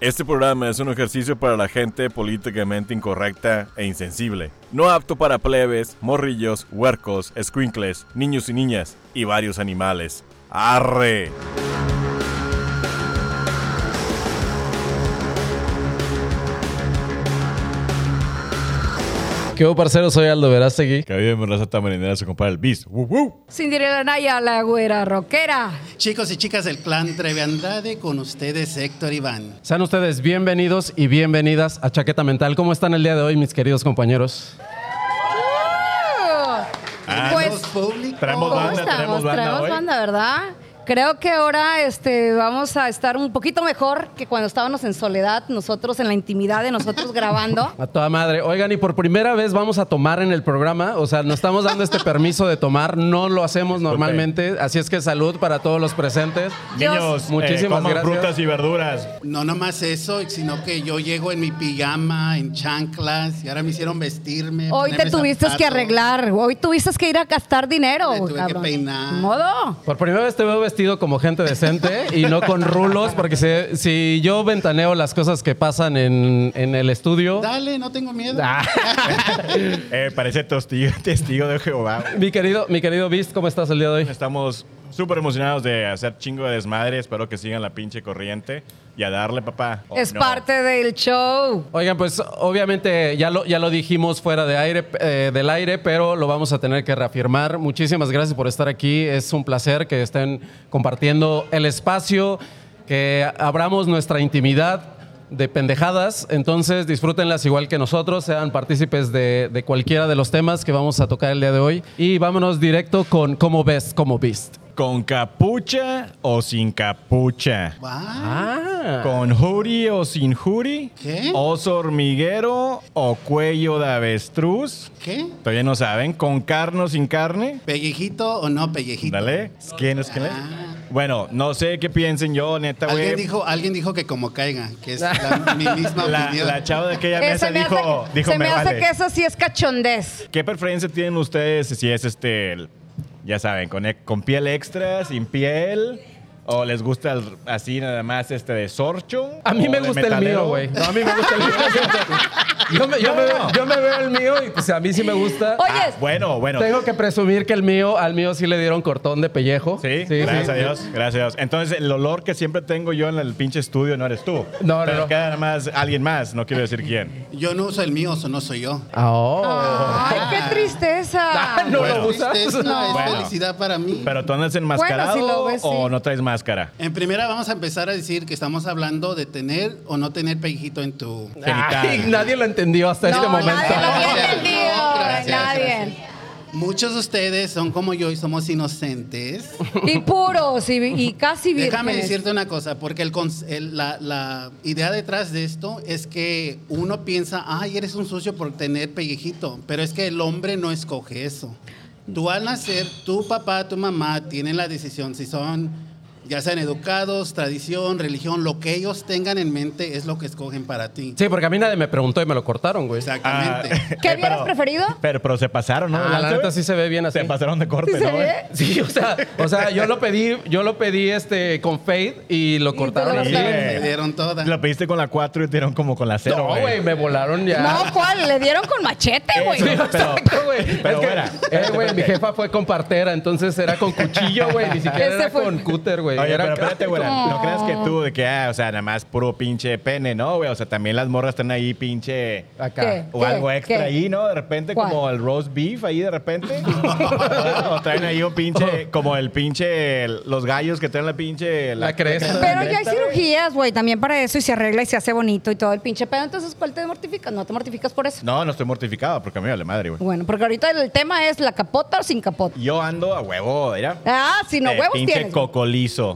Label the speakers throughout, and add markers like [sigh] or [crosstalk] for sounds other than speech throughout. Speaker 1: Este programa es un ejercicio para la gente políticamente incorrecta e insensible. No apto para plebes, morrillos, huercos, squinkles, niños y niñas y varios animales. ¡Arre!
Speaker 2: ¿Qué hubo, parcero? Soy Aldo Verástegui.
Speaker 1: Que hoy en raza tamarinera se compara el bis. ¡Woo, woo!
Speaker 3: Cinderella Naya, la güera rockera.
Speaker 4: Chicos y chicas del clan Treve Andrade, con ustedes Héctor Iván.
Speaker 2: Sean ustedes bienvenidos y bienvenidas a Chaqueta Mental. ¿Cómo están el día de hoy, mis queridos compañeros?
Speaker 3: pues,
Speaker 4: público.
Speaker 1: Ah, traemos
Speaker 3: ¿cómo
Speaker 1: banda,
Speaker 3: estamos?
Speaker 1: traemos banda hoy.
Speaker 3: ¿verdad? Creo que ahora este, vamos a estar un poquito mejor que cuando estábamos en soledad, nosotros en la intimidad de nosotros grabando.
Speaker 2: A toda madre. Oigan, y por primera vez vamos a tomar en el programa. O sea, nos estamos dando este permiso de tomar. No lo hacemos normalmente. Así es que salud para todos los presentes.
Speaker 3: Dios.
Speaker 1: Niños,
Speaker 2: Muchísimas
Speaker 1: muchísimas
Speaker 2: gracias.
Speaker 1: frutas y verduras.
Speaker 4: No nomás eso, sino que yo llego en mi pijama, en chanclas, y ahora me hicieron vestirme.
Speaker 3: Hoy te
Speaker 4: ponerme
Speaker 3: tuviste que
Speaker 4: zapatos.
Speaker 3: arreglar, hoy tuviste que ir a gastar dinero.
Speaker 4: Me tuve que
Speaker 3: cabrón.
Speaker 4: peinar.
Speaker 3: Ni Modo.
Speaker 2: Por primera vez te veo vestido como gente decente y no con rulos, porque si, si yo ventaneo las cosas que pasan en, en el estudio.
Speaker 4: Dale, no tengo miedo.
Speaker 1: Ah. Eh, parece testigo, [laughs] testigo de Jehová.
Speaker 2: Mi querido, mi querido Beast, ¿cómo estás el día de hoy?
Speaker 1: Estamos súper emocionados de hacer chingo de desmadre. Espero que sigan la pinche corriente y a darle, papá. Oh,
Speaker 3: es
Speaker 1: no.
Speaker 3: parte del show.
Speaker 2: Oigan, pues obviamente ya lo, ya lo dijimos fuera de aire, eh, del aire, pero lo vamos a tener que reafirmar. Muchísimas gracias por estar aquí. Es un placer que estén compartiendo el espacio, que abramos nuestra intimidad de pendejadas. Entonces disfrútenlas igual que nosotros, sean partícipes de, de cualquiera de los temas que vamos a tocar el día de hoy. Y vámonos directo con cómo ves, cómo viste.
Speaker 1: ¿Con capucha o sin capucha?
Speaker 4: Guau.
Speaker 2: Ah,
Speaker 1: ¿Con jury o sin jury?
Speaker 4: ¿Qué?
Speaker 1: ¿Oso hormiguero o cuello de avestruz?
Speaker 4: ¿Qué?
Speaker 1: Todavía no saben. ¿Con carne o sin carne?
Speaker 4: ¿Pellejito o no pellejito?
Speaker 1: Dale. ¿Quién es quién es?
Speaker 4: Ah.
Speaker 1: Bueno, no sé qué piensen yo, neta,
Speaker 4: Alguien
Speaker 1: güey.
Speaker 4: dijo, alguien dijo que como caiga, que
Speaker 1: [laughs]
Speaker 4: es la- mi misma
Speaker 1: La,
Speaker 4: opinión.
Speaker 1: la chava de aquella
Speaker 3: Eh,
Speaker 1: mesa
Speaker 3: se me hace-
Speaker 1: dijo, dijo,
Speaker 3: se me, hace
Speaker 1: vale".
Speaker 3: que eso sí es cachondez.
Speaker 1: ¿Qué preferencia tienen ustedes si es este, el- ya saben, con, e- con piel extra, sin piel? ¿O les gusta el- así nada más este de sorcho?
Speaker 2: A mí
Speaker 1: ¿O
Speaker 2: me
Speaker 1: de
Speaker 2: gusta el mío,
Speaker 1: metalero?
Speaker 2: güey. No, a mí me gusta el mío. [laughs] Yo me, yo me veo, yo me veo el mío y pues a mí sí me gusta.
Speaker 3: Oye,
Speaker 1: Ah, Bueno, bueno.
Speaker 2: Tengo que presumir que el mío, al mío sí le dieron cortón de pellejo.
Speaker 1: Sí, gracias a Dios, gracias a Dios. Entonces, el olor que siempre tengo yo en el pinche estudio no eres tú.
Speaker 2: No, no,
Speaker 1: Pero
Speaker 2: no.
Speaker 1: queda nada más alguien más, no quiero decir quién.
Speaker 4: Yo no uso el mío, eso no soy yo.
Speaker 2: Ah, oh.
Speaker 3: ay, qué tristeza.
Speaker 4: [laughs]
Speaker 2: Ah, no
Speaker 1: Bueno.
Speaker 2: lo usas.
Speaker 4: Tristeza, es
Speaker 1: Bueno.
Speaker 4: felicidad para mí.
Speaker 1: Pero tú andas enmascarado
Speaker 3: Bueno, si lo ves, sí.
Speaker 1: o no traes máscara.
Speaker 4: En primera vamos a empezar a decir que estamos hablando de tener o no tener pellejito en tu...
Speaker 1: Genital.
Speaker 2: Ay, [laughs] nadie lo entendió hasta este
Speaker 3: no,
Speaker 2: momento.
Speaker 3: nadie lo había
Speaker 4: Gracias,
Speaker 3: entendido.
Speaker 4: gracias,
Speaker 3: nadie.
Speaker 4: Muchos de ustedes son como yo y somos inocentes.
Speaker 1: [laughs]
Speaker 3: Y puros y, y casi vírgenes.
Speaker 4: Déjame decirte una cosa, porque el cons- el- la, la idea detrás de esto es que uno piensa, ay, eres un sucio por tener pellejito, pero es que el hombre no escoge eso. Tú al nacer, tu papá, tu mamá tienen la decisión si son, ya sean educados, tradición, religión, lo que ellos tengan en mente es lo que escogen para ti.
Speaker 2: Sí, porque a mí nadie me preguntó y me lo cortaron, güey.
Speaker 1: Ah, [laughs]
Speaker 4: Exactamente.
Speaker 3: ¿Qué
Speaker 1: eh,
Speaker 3: hubieras
Speaker 1: pero-
Speaker 3: preferido?
Speaker 1: Pero, pero se pasaron, ¿no?
Speaker 2: Ah,
Speaker 1: Adelante,
Speaker 2: la neta
Speaker 1: güey.
Speaker 2: sí se ve bien así.
Speaker 1: Se pasaron de corte,
Speaker 3: ¿Sí se
Speaker 1: ¿no? güey?
Speaker 3: ve?
Speaker 2: Sí, o sea, o sea, yo lo pedí, yo lo pedí este con Fade y lo
Speaker 3: te
Speaker 2: cortaron.
Speaker 3: lo
Speaker 2: así.
Speaker 1: cortaron.
Speaker 2: güey.
Speaker 4: Me dieron toda.
Speaker 1: Lo pediste con Eh, la 4 y te dieron como con la 0,
Speaker 2: No, güey, me volaron ya.
Speaker 3: No, ¿cuál? Le dieron con machete, güey.
Speaker 2: Sí,
Speaker 1: pero-
Speaker 2: exacto, güey.
Speaker 1: pero
Speaker 2: Es que,
Speaker 1: era.
Speaker 2: eh, güey, mi jefa fue con partera, entonces era con cuchillo, güey. Ni siquiera
Speaker 3: Ese
Speaker 2: era
Speaker 3: fue-
Speaker 2: con cúter, güey.
Speaker 1: Oye,
Speaker 2: Era
Speaker 1: pero espérate, güey. No creas que tú, de que, ah, o sea, nada más puro pinche pene, ¿no, güey? O sea, también las morras están ahí, pinche.
Speaker 2: Acá.
Speaker 3: ¿Qué?
Speaker 1: O algo extra
Speaker 3: ¿Qué?
Speaker 1: ahí, ¿no? De repente,
Speaker 3: ¿Cuál?
Speaker 1: como el roast beef ahí, de
Speaker 3: [laughs]
Speaker 1: repente. o traen ahí un pinche, como el pinche, el- los gallos que traen la pinche.
Speaker 2: La cresta.
Speaker 3: Pero ya hay cirugías, güey, también para eso y se arregla y se hace bonito y todo el pinche pedo. Entonces, ¿cuál te mortificas? No te mortificas por eso.
Speaker 1: No, no estoy mortificado porque a mí me vale madre, güey.
Speaker 3: Bueno, porque ahorita el tema es la capota o sin capota.
Speaker 1: Yo ando a huevo, mira.
Speaker 3: Ah, si no
Speaker 1: de
Speaker 3: huevos
Speaker 1: Eh, pinche
Speaker 3: tienes. [laughs]
Speaker 1: cocolizo.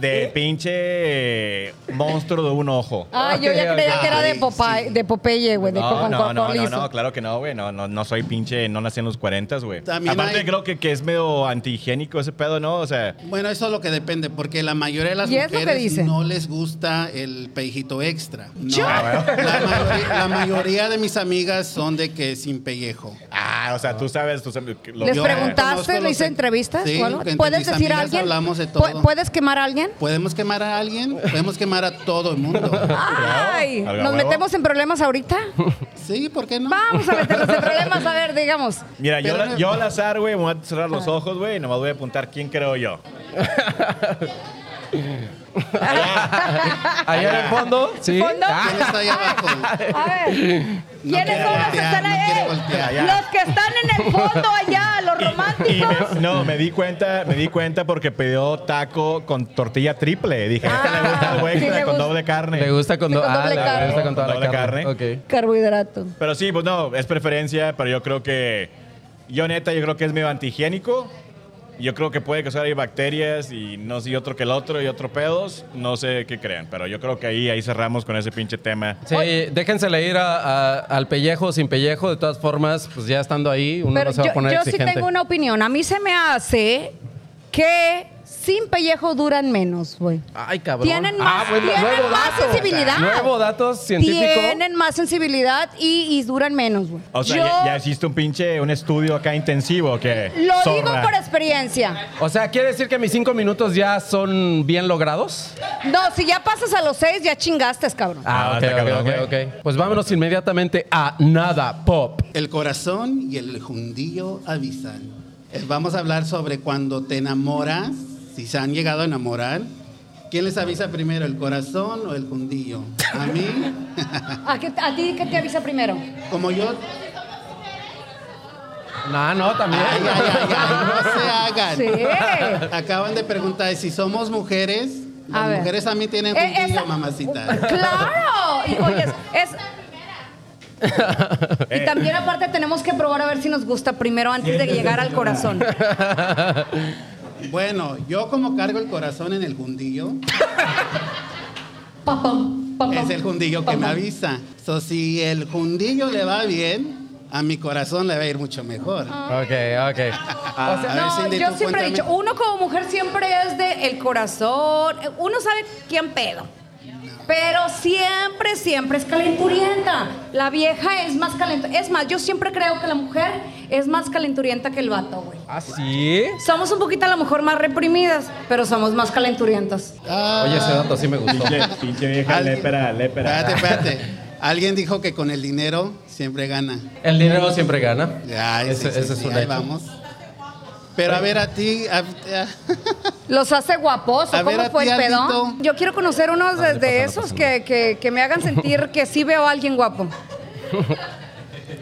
Speaker 1: de pinche eh, monstruo de un ojo.
Speaker 3: Ah, yo ya
Speaker 2: Ok,
Speaker 3: creía
Speaker 2: ok.
Speaker 3: que era de
Speaker 4: Ay,
Speaker 3: Popeye, de Popeye, güey, de
Speaker 1: No,
Speaker 3: con
Speaker 1: no, no, no,
Speaker 3: cocolizo.
Speaker 1: no, claro que no, güey. No, no, no soy pinche, no nací en los 40, güey.
Speaker 4: También
Speaker 1: Aparte
Speaker 4: hay-
Speaker 1: creo que, que es medio antihigiénico ese pedo, ¿no? O sea,
Speaker 4: Bueno, eso es lo que depende, porque la mayoría de las
Speaker 3: ¿Y es lo que
Speaker 4: mujeres
Speaker 3: dicen?
Speaker 4: no les gusta el pellejito extra. No.
Speaker 3: Yo-
Speaker 1: Ah,
Speaker 4: La, mayoría, la mayoría de mis amigas son de que sin pellejo.
Speaker 1: ah, Ah, o sea, tú sabes. Tú sabes lo-
Speaker 3: ¿Les
Speaker 4: Yo
Speaker 3: preguntaste?
Speaker 4: conozco
Speaker 3: ¿Le
Speaker 4: los
Speaker 3: hice
Speaker 4: en-
Speaker 3: entrevistas
Speaker 4: Sí,
Speaker 3: o algo?
Speaker 4: en
Speaker 3: ¿Puedes
Speaker 4: mis
Speaker 3: decir a
Speaker 4: amigas
Speaker 3: alguien?
Speaker 4: hablamos de
Speaker 3: ¿Pu-
Speaker 4: todo.
Speaker 3: ¿Puedes quemar a alguien?
Speaker 4: Podemos quemar a alguien, podemos quemar a todo el
Speaker 3: [laughs]
Speaker 4: mundo.
Speaker 3: ¡Ay!
Speaker 1: Claro.
Speaker 3: ¿Nos
Speaker 1: Alga huevo.
Speaker 3: metemos en problemas ahorita?
Speaker 4: Sí, ¿por qué no?
Speaker 3: Vamos a meternos en problemas, a ver, digamos.
Speaker 1: Mira, yo,
Speaker 4: Pero
Speaker 1: la-
Speaker 4: no-
Speaker 1: yo al azar, güey, me voy a cerrar los ojos, güey, y nomás voy a apuntar quién creo yo.
Speaker 2: Allá en el fondo, sí. Ah,
Speaker 3: ¿Fondo?
Speaker 4: ¿Quién está ahí abajo?
Speaker 3: A ver.
Speaker 4: No
Speaker 3: ¿Quiénes
Speaker 4: quiere
Speaker 3: son los que
Speaker 4: voltear,
Speaker 3: están
Speaker 4: no
Speaker 3: ahí?
Speaker 4: quiere
Speaker 3: ¡Ey!
Speaker 4: voltear.
Speaker 1: Ya.
Speaker 3: Los que están en el fondo allá, los
Speaker 1: Y
Speaker 3: románticos.
Speaker 1: me- no, me di cuenta, me di cuenta porque pidió taco con tortilla triple. Dije, esta le gusta al güey
Speaker 3: Ah, sí le
Speaker 1: con
Speaker 3: gusta.
Speaker 1: doble carne.
Speaker 2: Le gusta con, do-
Speaker 3: Con
Speaker 2: ah,
Speaker 3: doble
Speaker 2: le
Speaker 3: carne.
Speaker 2: gusta con toda
Speaker 1: Doble
Speaker 2: la carne.
Speaker 1: carne.
Speaker 2: Ok.
Speaker 3: Carbohidrato.
Speaker 1: Pero sí, pues no, es preferencia, pero yo creo que. Yo neta, yo creo que es medio antihigiénico. Yo creo que puede causar ahí bacterias y no sé, y otro que el otro y otro pedos. No sé qué crean, pero yo creo que ahí, ahí cerramos con ese pinche tema.
Speaker 2: Sí, déjensele ir a- a- al pellejo sin pellejo. De todas formas, pues ya estando ahí, uno
Speaker 3: Pero
Speaker 2: no se va
Speaker 3: yo,
Speaker 2: a poner
Speaker 3: yo sí
Speaker 2: exigente.
Speaker 3: tengo una opinión. A mí se me hace que sin pellejo duran menos, güey.
Speaker 2: Ay, cabrón.
Speaker 3: Tienen
Speaker 2: Ah,
Speaker 3: más,
Speaker 2: bueno,
Speaker 3: tienen
Speaker 2: nuevo
Speaker 3: más
Speaker 2: dato.
Speaker 3: sensibilidad.
Speaker 2: Nuevo dato científico.
Speaker 3: Tienen más sensibilidad y, y duran menos, güey.
Speaker 1: O sea,
Speaker 3: Yo
Speaker 1: ya, ya hiciste un pinche, un estudio acá intensivo que.
Speaker 3: lo digo
Speaker 1: zorra.
Speaker 3: por experiencia.
Speaker 2: O sea, ¿quiere decir que mis cinco minutos ya son bien logrados?
Speaker 3: No, si ya pasas a los seis, ya chingaste, cabrón.
Speaker 1: Ah,
Speaker 2: ok,
Speaker 1: está
Speaker 2: ok,
Speaker 1: cabrón,
Speaker 2: ok,
Speaker 1: güey.
Speaker 2: ok. Pues vámonos inmediatamente a Nada Pop.
Speaker 4: El corazón y el jundillo avisan. Eh, Vamos a hablar sobre cuando te enamoras, si se han llegado a enamorar. ¿Quién les avisa primero, el corazón o el jundillo? A mí, [laughs]
Speaker 3: ¿A, qué- a ti qué te avisa primero?
Speaker 4: como yo...
Speaker 2: No, no, también.
Speaker 4: Ay, ay, ay, ay, no se hagan. [laughs]
Speaker 3: Sí.
Speaker 4: Acaban de preguntar si somos mujeres. Las
Speaker 3: A ver.
Speaker 4: mujeres también tienen
Speaker 3: Eh,
Speaker 4: jundillo,
Speaker 3: esa-
Speaker 4: mamacita.
Speaker 3: ¡Claro! Y, oye, es... Y
Speaker 1: Eh.
Speaker 3: también aparte tenemos que probar a ver si nos gusta primero antes de llegar al corazón.
Speaker 4: Bueno, yo como cargo el corazón en el jundillo,
Speaker 3: Pa, pam, pa, pam,
Speaker 4: es el jundillo
Speaker 3: pa,
Speaker 4: que me
Speaker 3: pam.
Speaker 4: avisa. So, si el jundillo le va bien, a mi corazón le va a ir mucho mejor.
Speaker 2: Ok, ok.
Speaker 4: A- a ver,
Speaker 3: No,
Speaker 4: Cindy,
Speaker 3: yo
Speaker 4: tú
Speaker 3: siempre he
Speaker 4: cuéntame.
Speaker 3: dicho, uno como mujer siempre es de el corazón, uno sabe quién pedo. Pero siempre, siempre es calenturienta. La vieja es más calenturienta. Es más, yo siempre creo que la mujer es más calenturienta que el vato, güey.
Speaker 2: ¿Ah, sí?
Speaker 3: Somos un poquito a lo mejor más reprimidas, pero somos más calenturientas.
Speaker 4: Ah,
Speaker 2: Oye, ese dato sí me
Speaker 4: [laughs]
Speaker 2: gustó.
Speaker 1: Pinche,
Speaker 3: [laughs]
Speaker 1: pinche vieja
Speaker 4: alguien-
Speaker 1: lépera,
Speaker 3: "Uh".
Speaker 1: lépera.
Speaker 4: Espérate, espérate. Alguien dijo que con el dinero siempre gana.
Speaker 2: El dinero siempre gana.
Speaker 4: Ay, sí,
Speaker 2: Ese-
Speaker 4: sí,
Speaker 2: ese
Speaker 4: sí,
Speaker 2: es un
Speaker 4: ahí
Speaker 2: hecho.
Speaker 4: vamos. Pero a ver a ti, a- [laughs] a-
Speaker 3: Los hace guapos.
Speaker 4: A
Speaker 3: ¿o ¿Cómo
Speaker 4: ver, a
Speaker 3: fue
Speaker 4: ti,
Speaker 3: el
Speaker 4: Aldito.
Speaker 3: pedón? Yo quiero conocer unos de, de esos que, que- que me hagan sentir que sí veo a alguien guapo.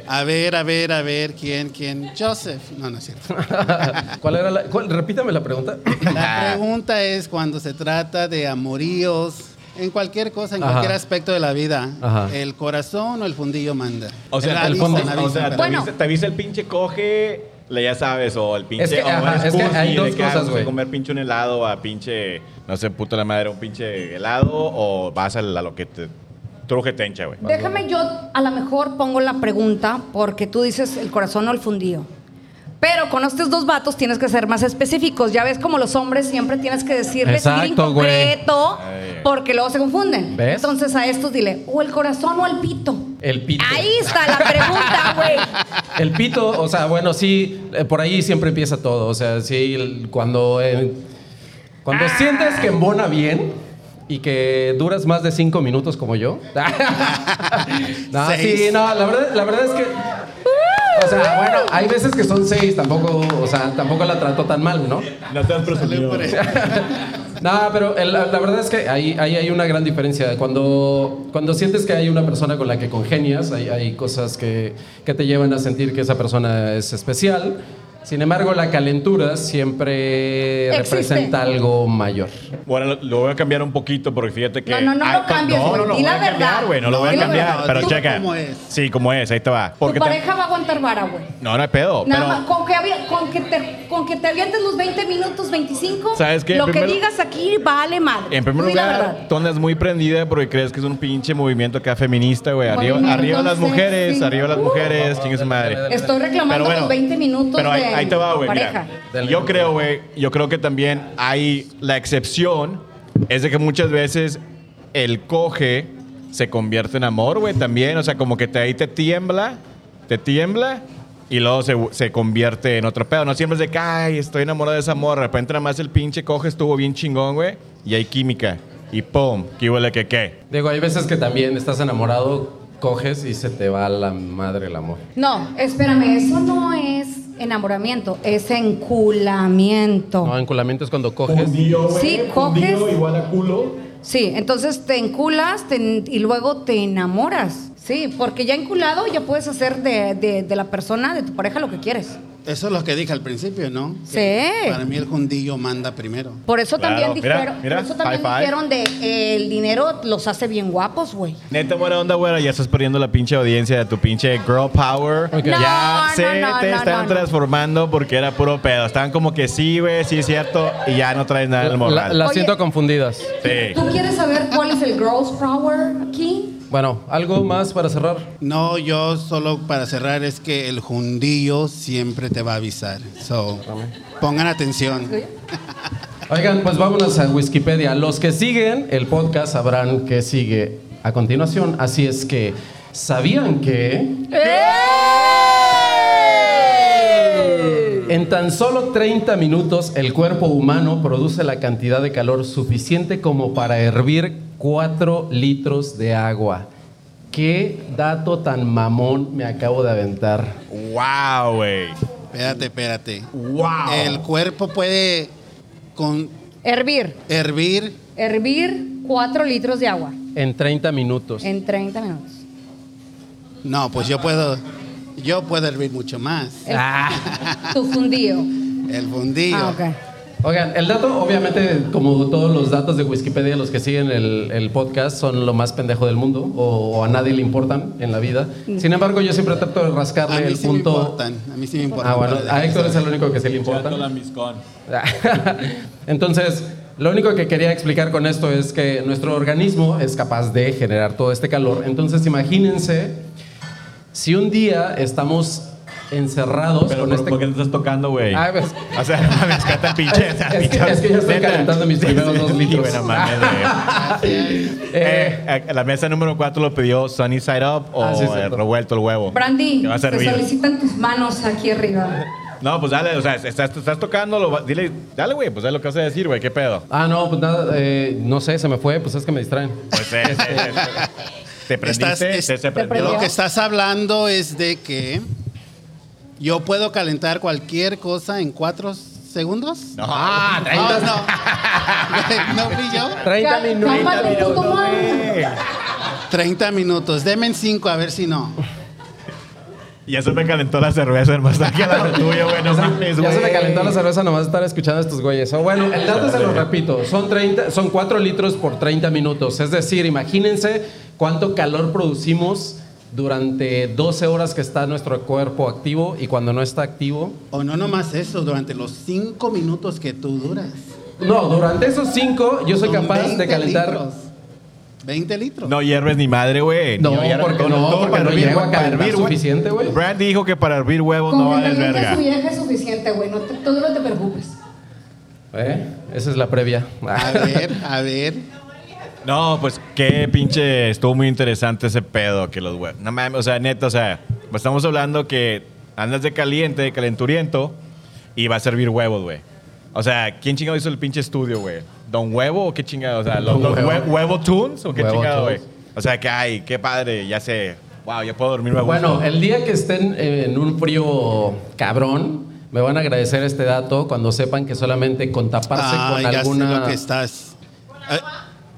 Speaker 4: a ver, a ver, a ver, ¿quién, quién? Joseph. No, no es cierto.
Speaker 2: [laughs] ¿Cuál era la.? cuál- repítame la pregunta.
Speaker 4: La pregunta es cuando se trata de amoríos, en cualquier cosa, en
Speaker 2: Ajá.
Speaker 4: cualquier aspecto de la vida,
Speaker 2: Ajá.
Speaker 4: el corazón o el fundillo manda.
Speaker 1: O sea,
Speaker 4: La
Speaker 2: el
Speaker 4: avisan,
Speaker 2: fondo-
Speaker 4: avisan,
Speaker 1: [laughs] O sea, te,
Speaker 4: perdón.
Speaker 3: Bueno.
Speaker 1: avisa, te avisa el pinche coge, le ya sabes, o el pinche.
Speaker 2: Es que,
Speaker 1: o
Speaker 2: ajá,
Speaker 1: eres
Speaker 2: es que
Speaker 1: cursi
Speaker 2: hay
Speaker 1: de
Speaker 2: dos
Speaker 1: que, ah,
Speaker 2: cosas,
Speaker 1: vamos a
Speaker 2: güey.
Speaker 1: comer pinche un helado a pinche, no sé, puta la madre, un pinche helado, o vas a, la- lo que te truje tencha, güey.
Speaker 3: Déjame yo, a lo mejor pongo la pregunta, porque tú dices el corazón o el fundido. Pero con estos dos vatos tienes que ser más específicos. Ya ves como los hombres siempre tienes que decirles ir
Speaker 2: Exacto, güey.
Speaker 3: incompleto
Speaker 1: Ay.
Speaker 3: porque luego se confunden.
Speaker 2: ¿Ves?
Speaker 3: Entonces a estos dile, o el corazón o el pito.
Speaker 2: El pito.
Speaker 3: Ahí está la pregunta, güey.
Speaker 2: El pito, o sea, bueno, sí, eh, por ahí siempre empieza todo. O sea, sí, el- cuando, eh, cuando sientes que embona bien y que duras más de cinco minutos como yo. [laughs] no,
Speaker 4: Seis.
Speaker 2: sí, no, la verdad, la verdad es que. O sea, bueno, hay veces que son seis, tampoco, o sea, tampoco la trato tan mal, ¿no?
Speaker 1: No te has presumido.
Speaker 4: Por eso.
Speaker 2: No, pero el- la, la verdad es que ahí, ahí hay una gran diferencia. Cuando, cuando sientes que hay una persona con la que congenias, hay, hay cosas que, que te llevan a sentir que esa persona es especial. Sin embargo, la calentura siempre
Speaker 3: Existe.
Speaker 2: representa algo mayor.
Speaker 1: Bueno, lo, lo voy a cambiar un poquito porque fíjate que.
Speaker 3: No, no, no
Speaker 1: Ah,
Speaker 3: lo
Speaker 1: cu-
Speaker 3: cambies,
Speaker 1: No,
Speaker 3: güey,
Speaker 1: no, lo voy
Speaker 3: di la
Speaker 1: a cambiar,
Speaker 3: verdad.
Speaker 1: güey. No lo voy a
Speaker 3: Di la
Speaker 1: cambiar,
Speaker 3: verdad.
Speaker 1: pero
Speaker 4: Tú
Speaker 1: checa.
Speaker 4: como es.
Speaker 1: Sí, como es, ahí te va. Porque
Speaker 3: tu
Speaker 1: te-
Speaker 3: pareja va a aguantar vara, güey.
Speaker 1: No, no hay pedo.
Speaker 3: Nada
Speaker 1: pero...
Speaker 3: más, con que, avi- con, que te, con que te avientes los 20 minutos, 25,
Speaker 1: ¿Sabes qué?
Speaker 3: lo
Speaker 1: Primero-
Speaker 3: que digas aquí vale mal.
Speaker 1: En primer lugar, tú andas muy prendida porque crees que es un pinche movimiento acá feminista, güey. Arriba,
Speaker 3: Movimiento
Speaker 1: arriba las mujeres,
Speaker 3: sexy.
Speaker 1: arriba las
Speaker 3: Uh.
Speaker 1: mujeres, chingue su madre.
Speaker 3: Estoy reclamando
Speaker 1: Pero bueno,
Speaker 3: los 20 minutos
Speaker 1: Pero ahí,
Speaker 3: de
Speaker 1: ahí te va, güey.
Speaker 3: pareja.
Speaker 1: Mira, yo creo, güey, yo creo que también hay la excepción es de que muchas veces el coge se convierte en amor, güey, también. O sea, como que te, ahí te tiembla, te tiembla y luego se, se convierte en otro pedo. No siempre es de que, ay, estoy enamorado de esa morra. De repente nada más el pinche coge, estuvo bien chingón, güey, y hay química. Y pum, que huele que qué.
Speaker 2: Digo, hay veces que también estás enamorado, coges y se te va la madre el amor.
Speaker 3: No, espérame, eso no es enamoramiento, es enculamiento.
Speaker 2: No, enculamiento es cuando coges.
Speaker 3: Sí, coges.
Speaker 1: igual a culo.
Speaker 3: Sí, entonces te enculas te en- y luego te enamoras. Sí, porque ya enculado ya puedes hacer de, de- de la persona, de tu pareja, lo que quieres.
Speaker 4: Eso es lo que dije al principio, ¿no?
Speaker 3: Sí.
Speaker 4: Que Para mí el jundillo manda primero.
Speaker 3: Por eso
Speaker 1: Claro,
Speaker 3: también
Speaker 1: mira,
Speaker 3: dijeron,
Speaker 1: mira,
Speaker 3: por eso
Speaker 1: high
Speaker 3: también
Speaker 1: five.
Speaker 3: dijeron de eh, el dinero los hace bien guapos, güey.
Speaker 1: Neta, buena onda, güera. Ya estás perdiendo la pinche audiencia de tu pinche girl power.
Speaker 2: Ok.
Speaker 3: No,
Speaker 1: ya
Speaker 3: no,
Speaker 1: se
Speaker 3: no,
Speaker 1: te
Speaker 3: no,
Speaker 1: están
Speaker 3: no, no.
Speaker 1: transformando porque era puro pedo. Estaban como que sí, güey, sí es cierto. Y ya no traes nada en el
Speaker 2: La-
Speaker 1: moral.
Speaker 2: las
Speaker 3: Oye.
Speaker 2: siento confundidas.
Speaker 1: Sí.
Speaker 3: ¿Tú quieres saber cuál es el gross power aquí?
Speaker 2: Bueno, algo más para cerrar.
Speaker 4: No, yo solo para cerrar es que el jundillo siempre te va a avisar. So, pongan atención.
Speaker 2: Oigan, pues vámonos a Wikipedia. Los que siguen el podcast sabrán que sigue a continuación. Así es que, ¿sabían que En tan solo 30 minutos, el cuerpo humano produce la cantidad de calor suficiente como para hervir 4 litros de agua. Qué dato tan mamón me acabo de aventar.
Speaker 1: Wow, güey.
Speaker 4: Espérate, espérate.
Speaker 1: Wow.
Speaker 4: El cuerpo puede con
Speaker 3: Hervir.
Speaker 4: hervir.
Speaker 3: Hervir 4 litros de agua
Speaker 2: En 30 minutos.
Speaker 3: en 30 minutos.
Speaker 4: No, pues yo puedo, yo puedo hervir mucho más.
Speaker 3: El-
Speaker 1: Ah.
Speaker 3: [laughs] Tu fundido.
Speaker 4: El fundillo.
Speaker 3: Ah, ok.
Speaker 2: Oigan, el dato, obviamente, como todos los datos de Wikipedia, los que siguen el, el podcast son lo más pendejo del mundo o, o a nadie le importan en la vida. Sin embargo, yo siempre trato de
Speaker 4: A
Speaker 2: rascarle
Speaker 4: mí
Speaker 2: el
Speaker 4: sí me
Speaker 2: punto.
Speaker 4: importan. A mí sí me importan.
Speaker 2: Ah, bueno,
Speaker 4: pero
Speaker 2: a Héctor es
Speaker 4: déjame
Speaker 2: el único que se le importa. [laughs] Entonces, lo único que quería explicar con esto es que nuestro organismo es capaz de generar todo este calor. Entonces, imagínense si un día estamos encerrados
Speaker 1: Pero,
Speaker 2: con
Speaker 1: pero,
Speaker 2: este
Speaker 1: ¿por qué te estás tocando, güey?
Speaker 2: Ay, pues- [laughs]
Speaker 1: O sea, [laughs] no mames, que tan pinche.
Speaker 2: Es-
Speaker 1: tan
Speaker 2: es que-
Speaker 1: pinche-
Speaker 2: es que ya estoy
Speaker 1: neta.
Speaker 2: calentando mis
Speaker 1: Sí,
Speaker 2: primeros
Speaker 1: sí.
Speaker 2: dos litros.
Speaker 1: Bueno, mames, güey.
Speaker 2: [laughs] Eh,
Speaker 1: Eh, a- la mesa número 4 lo pidió Sunny Side Up o
Speaker 2: Ah, sí, es
Speaker 1: eh,
Speaker 2: cierto.
Speaker 1: revuelto el huevo.
Speaker 3: Brandy,
Speaker 1: Que va a
Speaker 3: te
Speaker 1: servir.
Speaker 3: solicitan tus manos aquí arriba.
Speaker 1: No, pues dale, o sea, estás, estás tocando, lo va- dile, dale, güey, pues dale lo que vas a decir, güey, qué pedo.
Speaker 2: Ah, no, pues nada, eh, no sé, se me fue, pues es que me distraen.
Speaker 1: Pues
Speaker 2: [laughs]
Speaker 1: eh, eh, eh, te prendiste,
Speaker 4: Estás- es-
Speaker 1: se, se
Speaker 4: te
Speaker 1: prendió.
Speaker 4: Lo que estás hablando es de que yo puedo calentar cualquier cosa en cuatro segundos.
Speaker 1: No,
Speaker 2: Ah,
Speaker 4: Ah, [laughs] no. no fui yo.
Speaker 2: 30
Speaker 3: Cá-
Speaker 2: minutos.
Speaker 3: cálmate, puto madre.
Speaker 1: güey.
Speaker 4: 30 minutos. Deme en 5 a ver si no.
Speaker 1: Ya se me calentó la cerveza, hermano. Está aquí al lado tuyo, güey. No mames,
Speaker 2: Ya se me
Speaker 1: güey.
Speaker 2: calentó la cerveza nomás de estar escuchando a estos güeyes. Oh, bueno, el dato se lo repito, son 30, son 4 litros por 30 minutos. Es decir, imagínense cuánto calor producimos durante 12 horas que está nuestro cuerpo activo y cuando no está activo.
Speaker 4: O no nomás eso, durante los 5 minutos que tú duras.
Speaker 2: No, durante esos 5 yo soy
Speaker 4: Son
Speaker 2: capaz de
Speaker 4: 20
Speaker 2: calentar.
Speaker 4: litros. 20 litros.
Speaker 1: No hierves ni madre, güey.
Speaker 2: No,
Speaker 1: Ni hierves-
Speaker 2: porque no,
Speaker 1: todo
Speaker 2: porque
Speaker 1: para
Speaker 2: no
Speaker 1: hervir,
Speaker 2: llego a
Speaker 1: güey, para
Speaker 2: calentar
Speaker 1: hervir, güey.
Speaker 2: suficiente, güey.
Speaker 1: Brandy dijo que para hervir huevos no
Speaker 3: Con
Speaker 1: vales
Speaker 3: que caliente
Speaker 1: verga.
Speaker 3: su vieja es suficiente, güey. No te, tú no te preocupes.
Speaker 2: ¿Eh? Esa es la previa.
Speaker 4: A ver, a ver.
Speaker 1: No, pues qué pinche. Estuvo muy interesante ese pedo que los huevos. No mames, o sea, neta, o sea, pues estamos hablando que andas de caliente, de calenturiento, y va a servir huevos, güey. O sea, ¿quién chingado hizo el pinche estudio, güey? ¿Don Huevo o qué chingado? O sea, ¿los,
Speaker 2: Don
Speaker 1: los
Speaker 2: Huevo.
Speaker 1: hue- huevo tunes o qué
Speaker 2: Huevo
Speaker 1: chingado, güey?
Speaker 2: Tunes.
Speaker 1: O sea, que ay, qué padre, ya sé. Wow, ya puedo dormir a gusto.
Speaker 2: Bueno, el día que estén eh, en un frío cabrón, me van a agradecer este dato cuando sepan que solamente con taparse
Speaker 4: Ah,
Speaker 2: con
Speaker 4: ya sé lo
Speaker 2: alguna.
Speaker 4: que estás. Eh,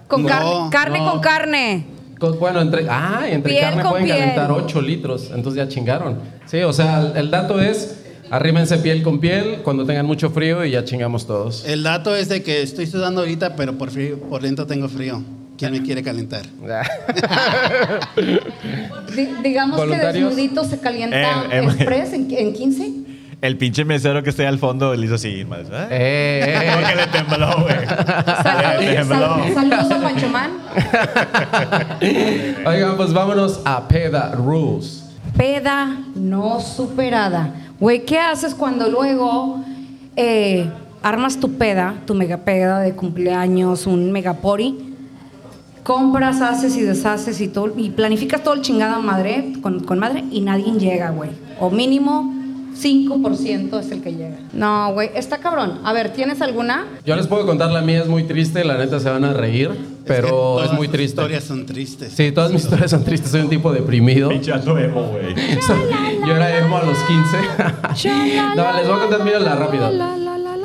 Speaker 3: Con
Speaker 4: No,
Speaker 3: carne, carne
Speaker 2: no.
Speaker 3: con carne.
Speaker 2: con- bueno, entre, ah, entre
Speaker 3: Piel
Speaker 2: carne
Speaker 3: con
Speaker 2: pueden
Speaker 3: piel.
Speaker 2: calentar 8 litros, entonces ya chingaron. Sí, o sea, el, el dato es arrímense piel con piel cuando tengan mucho frío y ya chingamos todos.
Speaker 4: El dato es de que estoy sudando ahorita, pero por, frío, por dentro tengo frío. ¿Quién me quiere calentar?
Speaker 3: Di- digamos que
Speaker 2: Voluntarios.
Speaker 3: desnudito se calienta
Speaker 1: Eh, eh,
Speaker 3: express en, en 15.
Speaker 1: El pinche mesero que está ahí al fondo le hizo así, madre.
Speaker 2: Eh,
Speaker 1: ¿eh?
Speaker 2: eh,
Speaker 1: Como que le tembló, güey.
Speaker 2: [laughs]
Speaker 1: Le
Speaker 3: Saludos,
Speaker 1: tembló.
Speaker 3: sal- saludos a Pancho Man.
Speaker 2: eh. Oigan, pues vámonos a Peda Rules.
Speaker 3: Peda no superada. Güey, ¿qué haces cuando luego eh, armas tu peda, tu mega peda de cumpleaños, un megapori? Compras, haces y deshaces y todo, y planificas todo el chingada madre, con, con madre, y nadie llega, güey. O mínimo 5% es el que llega. No, güey, está cabrón. A ver, ¿tienes alguna?
Speaker 2: Yo les puedo contar la mía, es muy triste, la neta se van a reír, pero
Speaker 4: que
Speaker 2: es,
Speaker 4: todas
Speaker 2: muy
Speaker 4: tus
Speaker 2: triste.
Speaker 4: historias son tristes.
Speaker 2: Sí, todas mis historias son tristes, soy un tipo deprimido.
Speaker 1: Pinche alto emo, güey.
Speaker 2: Yo era emo a los 15. [laughs] no, les voy a contar, mira la rápida.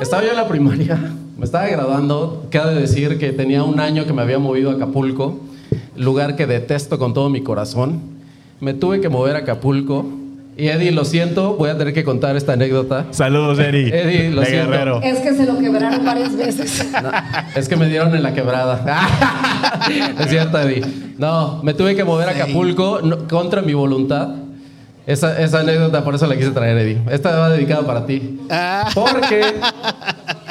Speaker 2: Estaba yo en la primaria, me estaba graduando. Queda de decir que tenía un año que me había movido a Acapulco, lugar que detesto con todo mi corazón. Me tuve que mover a Acapulco. Y Eddie, lo siento, voy a tener que contar esta anécdota.
Speaker 1: Saludos, Eri.
Speaker 2: Eddie, lo
Speaker 1: de
Speaker 2: siento. Eh.
Speaker 1: Guerrero.
Speaker 3: Es que se lo quebraron varias veces. [laughs]
Speaker 2: No, es que me dieron en la quebrada. [laughs] es cierto, Eddie. No, me tuve que mover a Acapulco no- contra mi voluntad. Esa, esa anécdota, por eso la quise traer, Eddie. Esta va dedicada para ti. Porque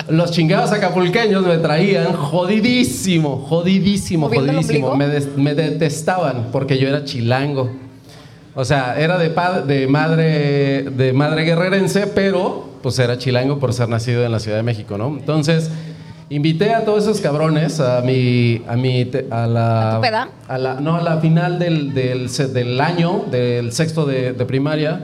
Speaker 2: los chingados acapulqueños me traían jodidísimo, jodidísimo,
Speaker 3: ¿Moviendo el
Speaker 2: jodidísimo.
Speaker 3: ombligo?
Speaker 2: Me, des- me detestaban porque yo era chilango. O sea, era de, pa- de, madre, de madre guerrerense, pero pues era chilango por ser nacido en la Ciudad de México, ¿no? Entonces, invité a todos esos cabrones a mi... A, mi te- a la...
Speaker 3: ¿A tu peda?
Speaker 2: a la- no, a la final del, del, se- del año, del sexto de, de primaria.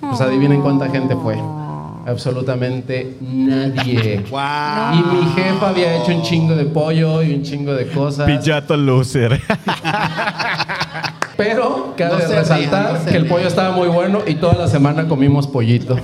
Speaker 2: Pues adivinen cuánta gente fue.
Speaker 3: Ah.
Speaker 2: Absolutamente nadie.
Speaker 4: Wow.
Speaker 2: Y mi jefa había hecho un chingo de pollo y un chingo de cosas.
Speaker 1: Pinche alto loser.
Speaker 2: Pero cabe
Speaker 4: No se rían,
Speaker 2: resaltar
Speaker 4: no se
Speaker 2: que el
Speaker 4: rían.
Speaker 2: pollo estaba muy bueno y toda la semana comimos pollito.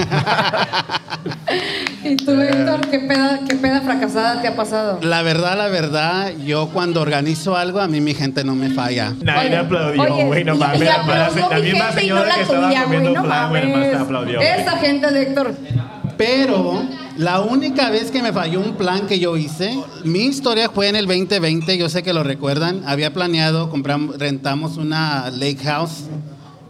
Speaker 3: ¿Y tú, Víctor, qué peda, qué peda fracasada te ha pasado?
Speaker 4: La verdad, la verdad, yo cuando organizo algo, a mí mi gente no me falla.
Speaker 1: Nadie
Speaker 3: Oye,
Speaker 1: le aplaudió,
Speaker 3: oye,
Speaker 1: güey, no
Speaker 3: y-
Speaker 1: mames.
Speaker 3: y
Speaker 1: La, la-
Speaker 3: aplaudió
Speaker 1: la
Speaker 3: mi
Speaker 1: misma
Speaker 3: gente y
Speaker 1: señora
Speaker 3: no la
Speaker 1: que estaba
Speaker 3: tuya, güey,
Speaker 1: comiendo
Speaker 3: no
Speaker 1: flan, güey, nomás te
Speaker 3: mames.
Speaker 1: aplaudió. güey.
Speaker 3: Esa gente de Héctor.
Speaker 4: Pero la única vez que me falló un plan que yo hice, mi historia fue en el 2020, yo sé que lo recuerdan, había planeado, compramos, rentamos una lake house,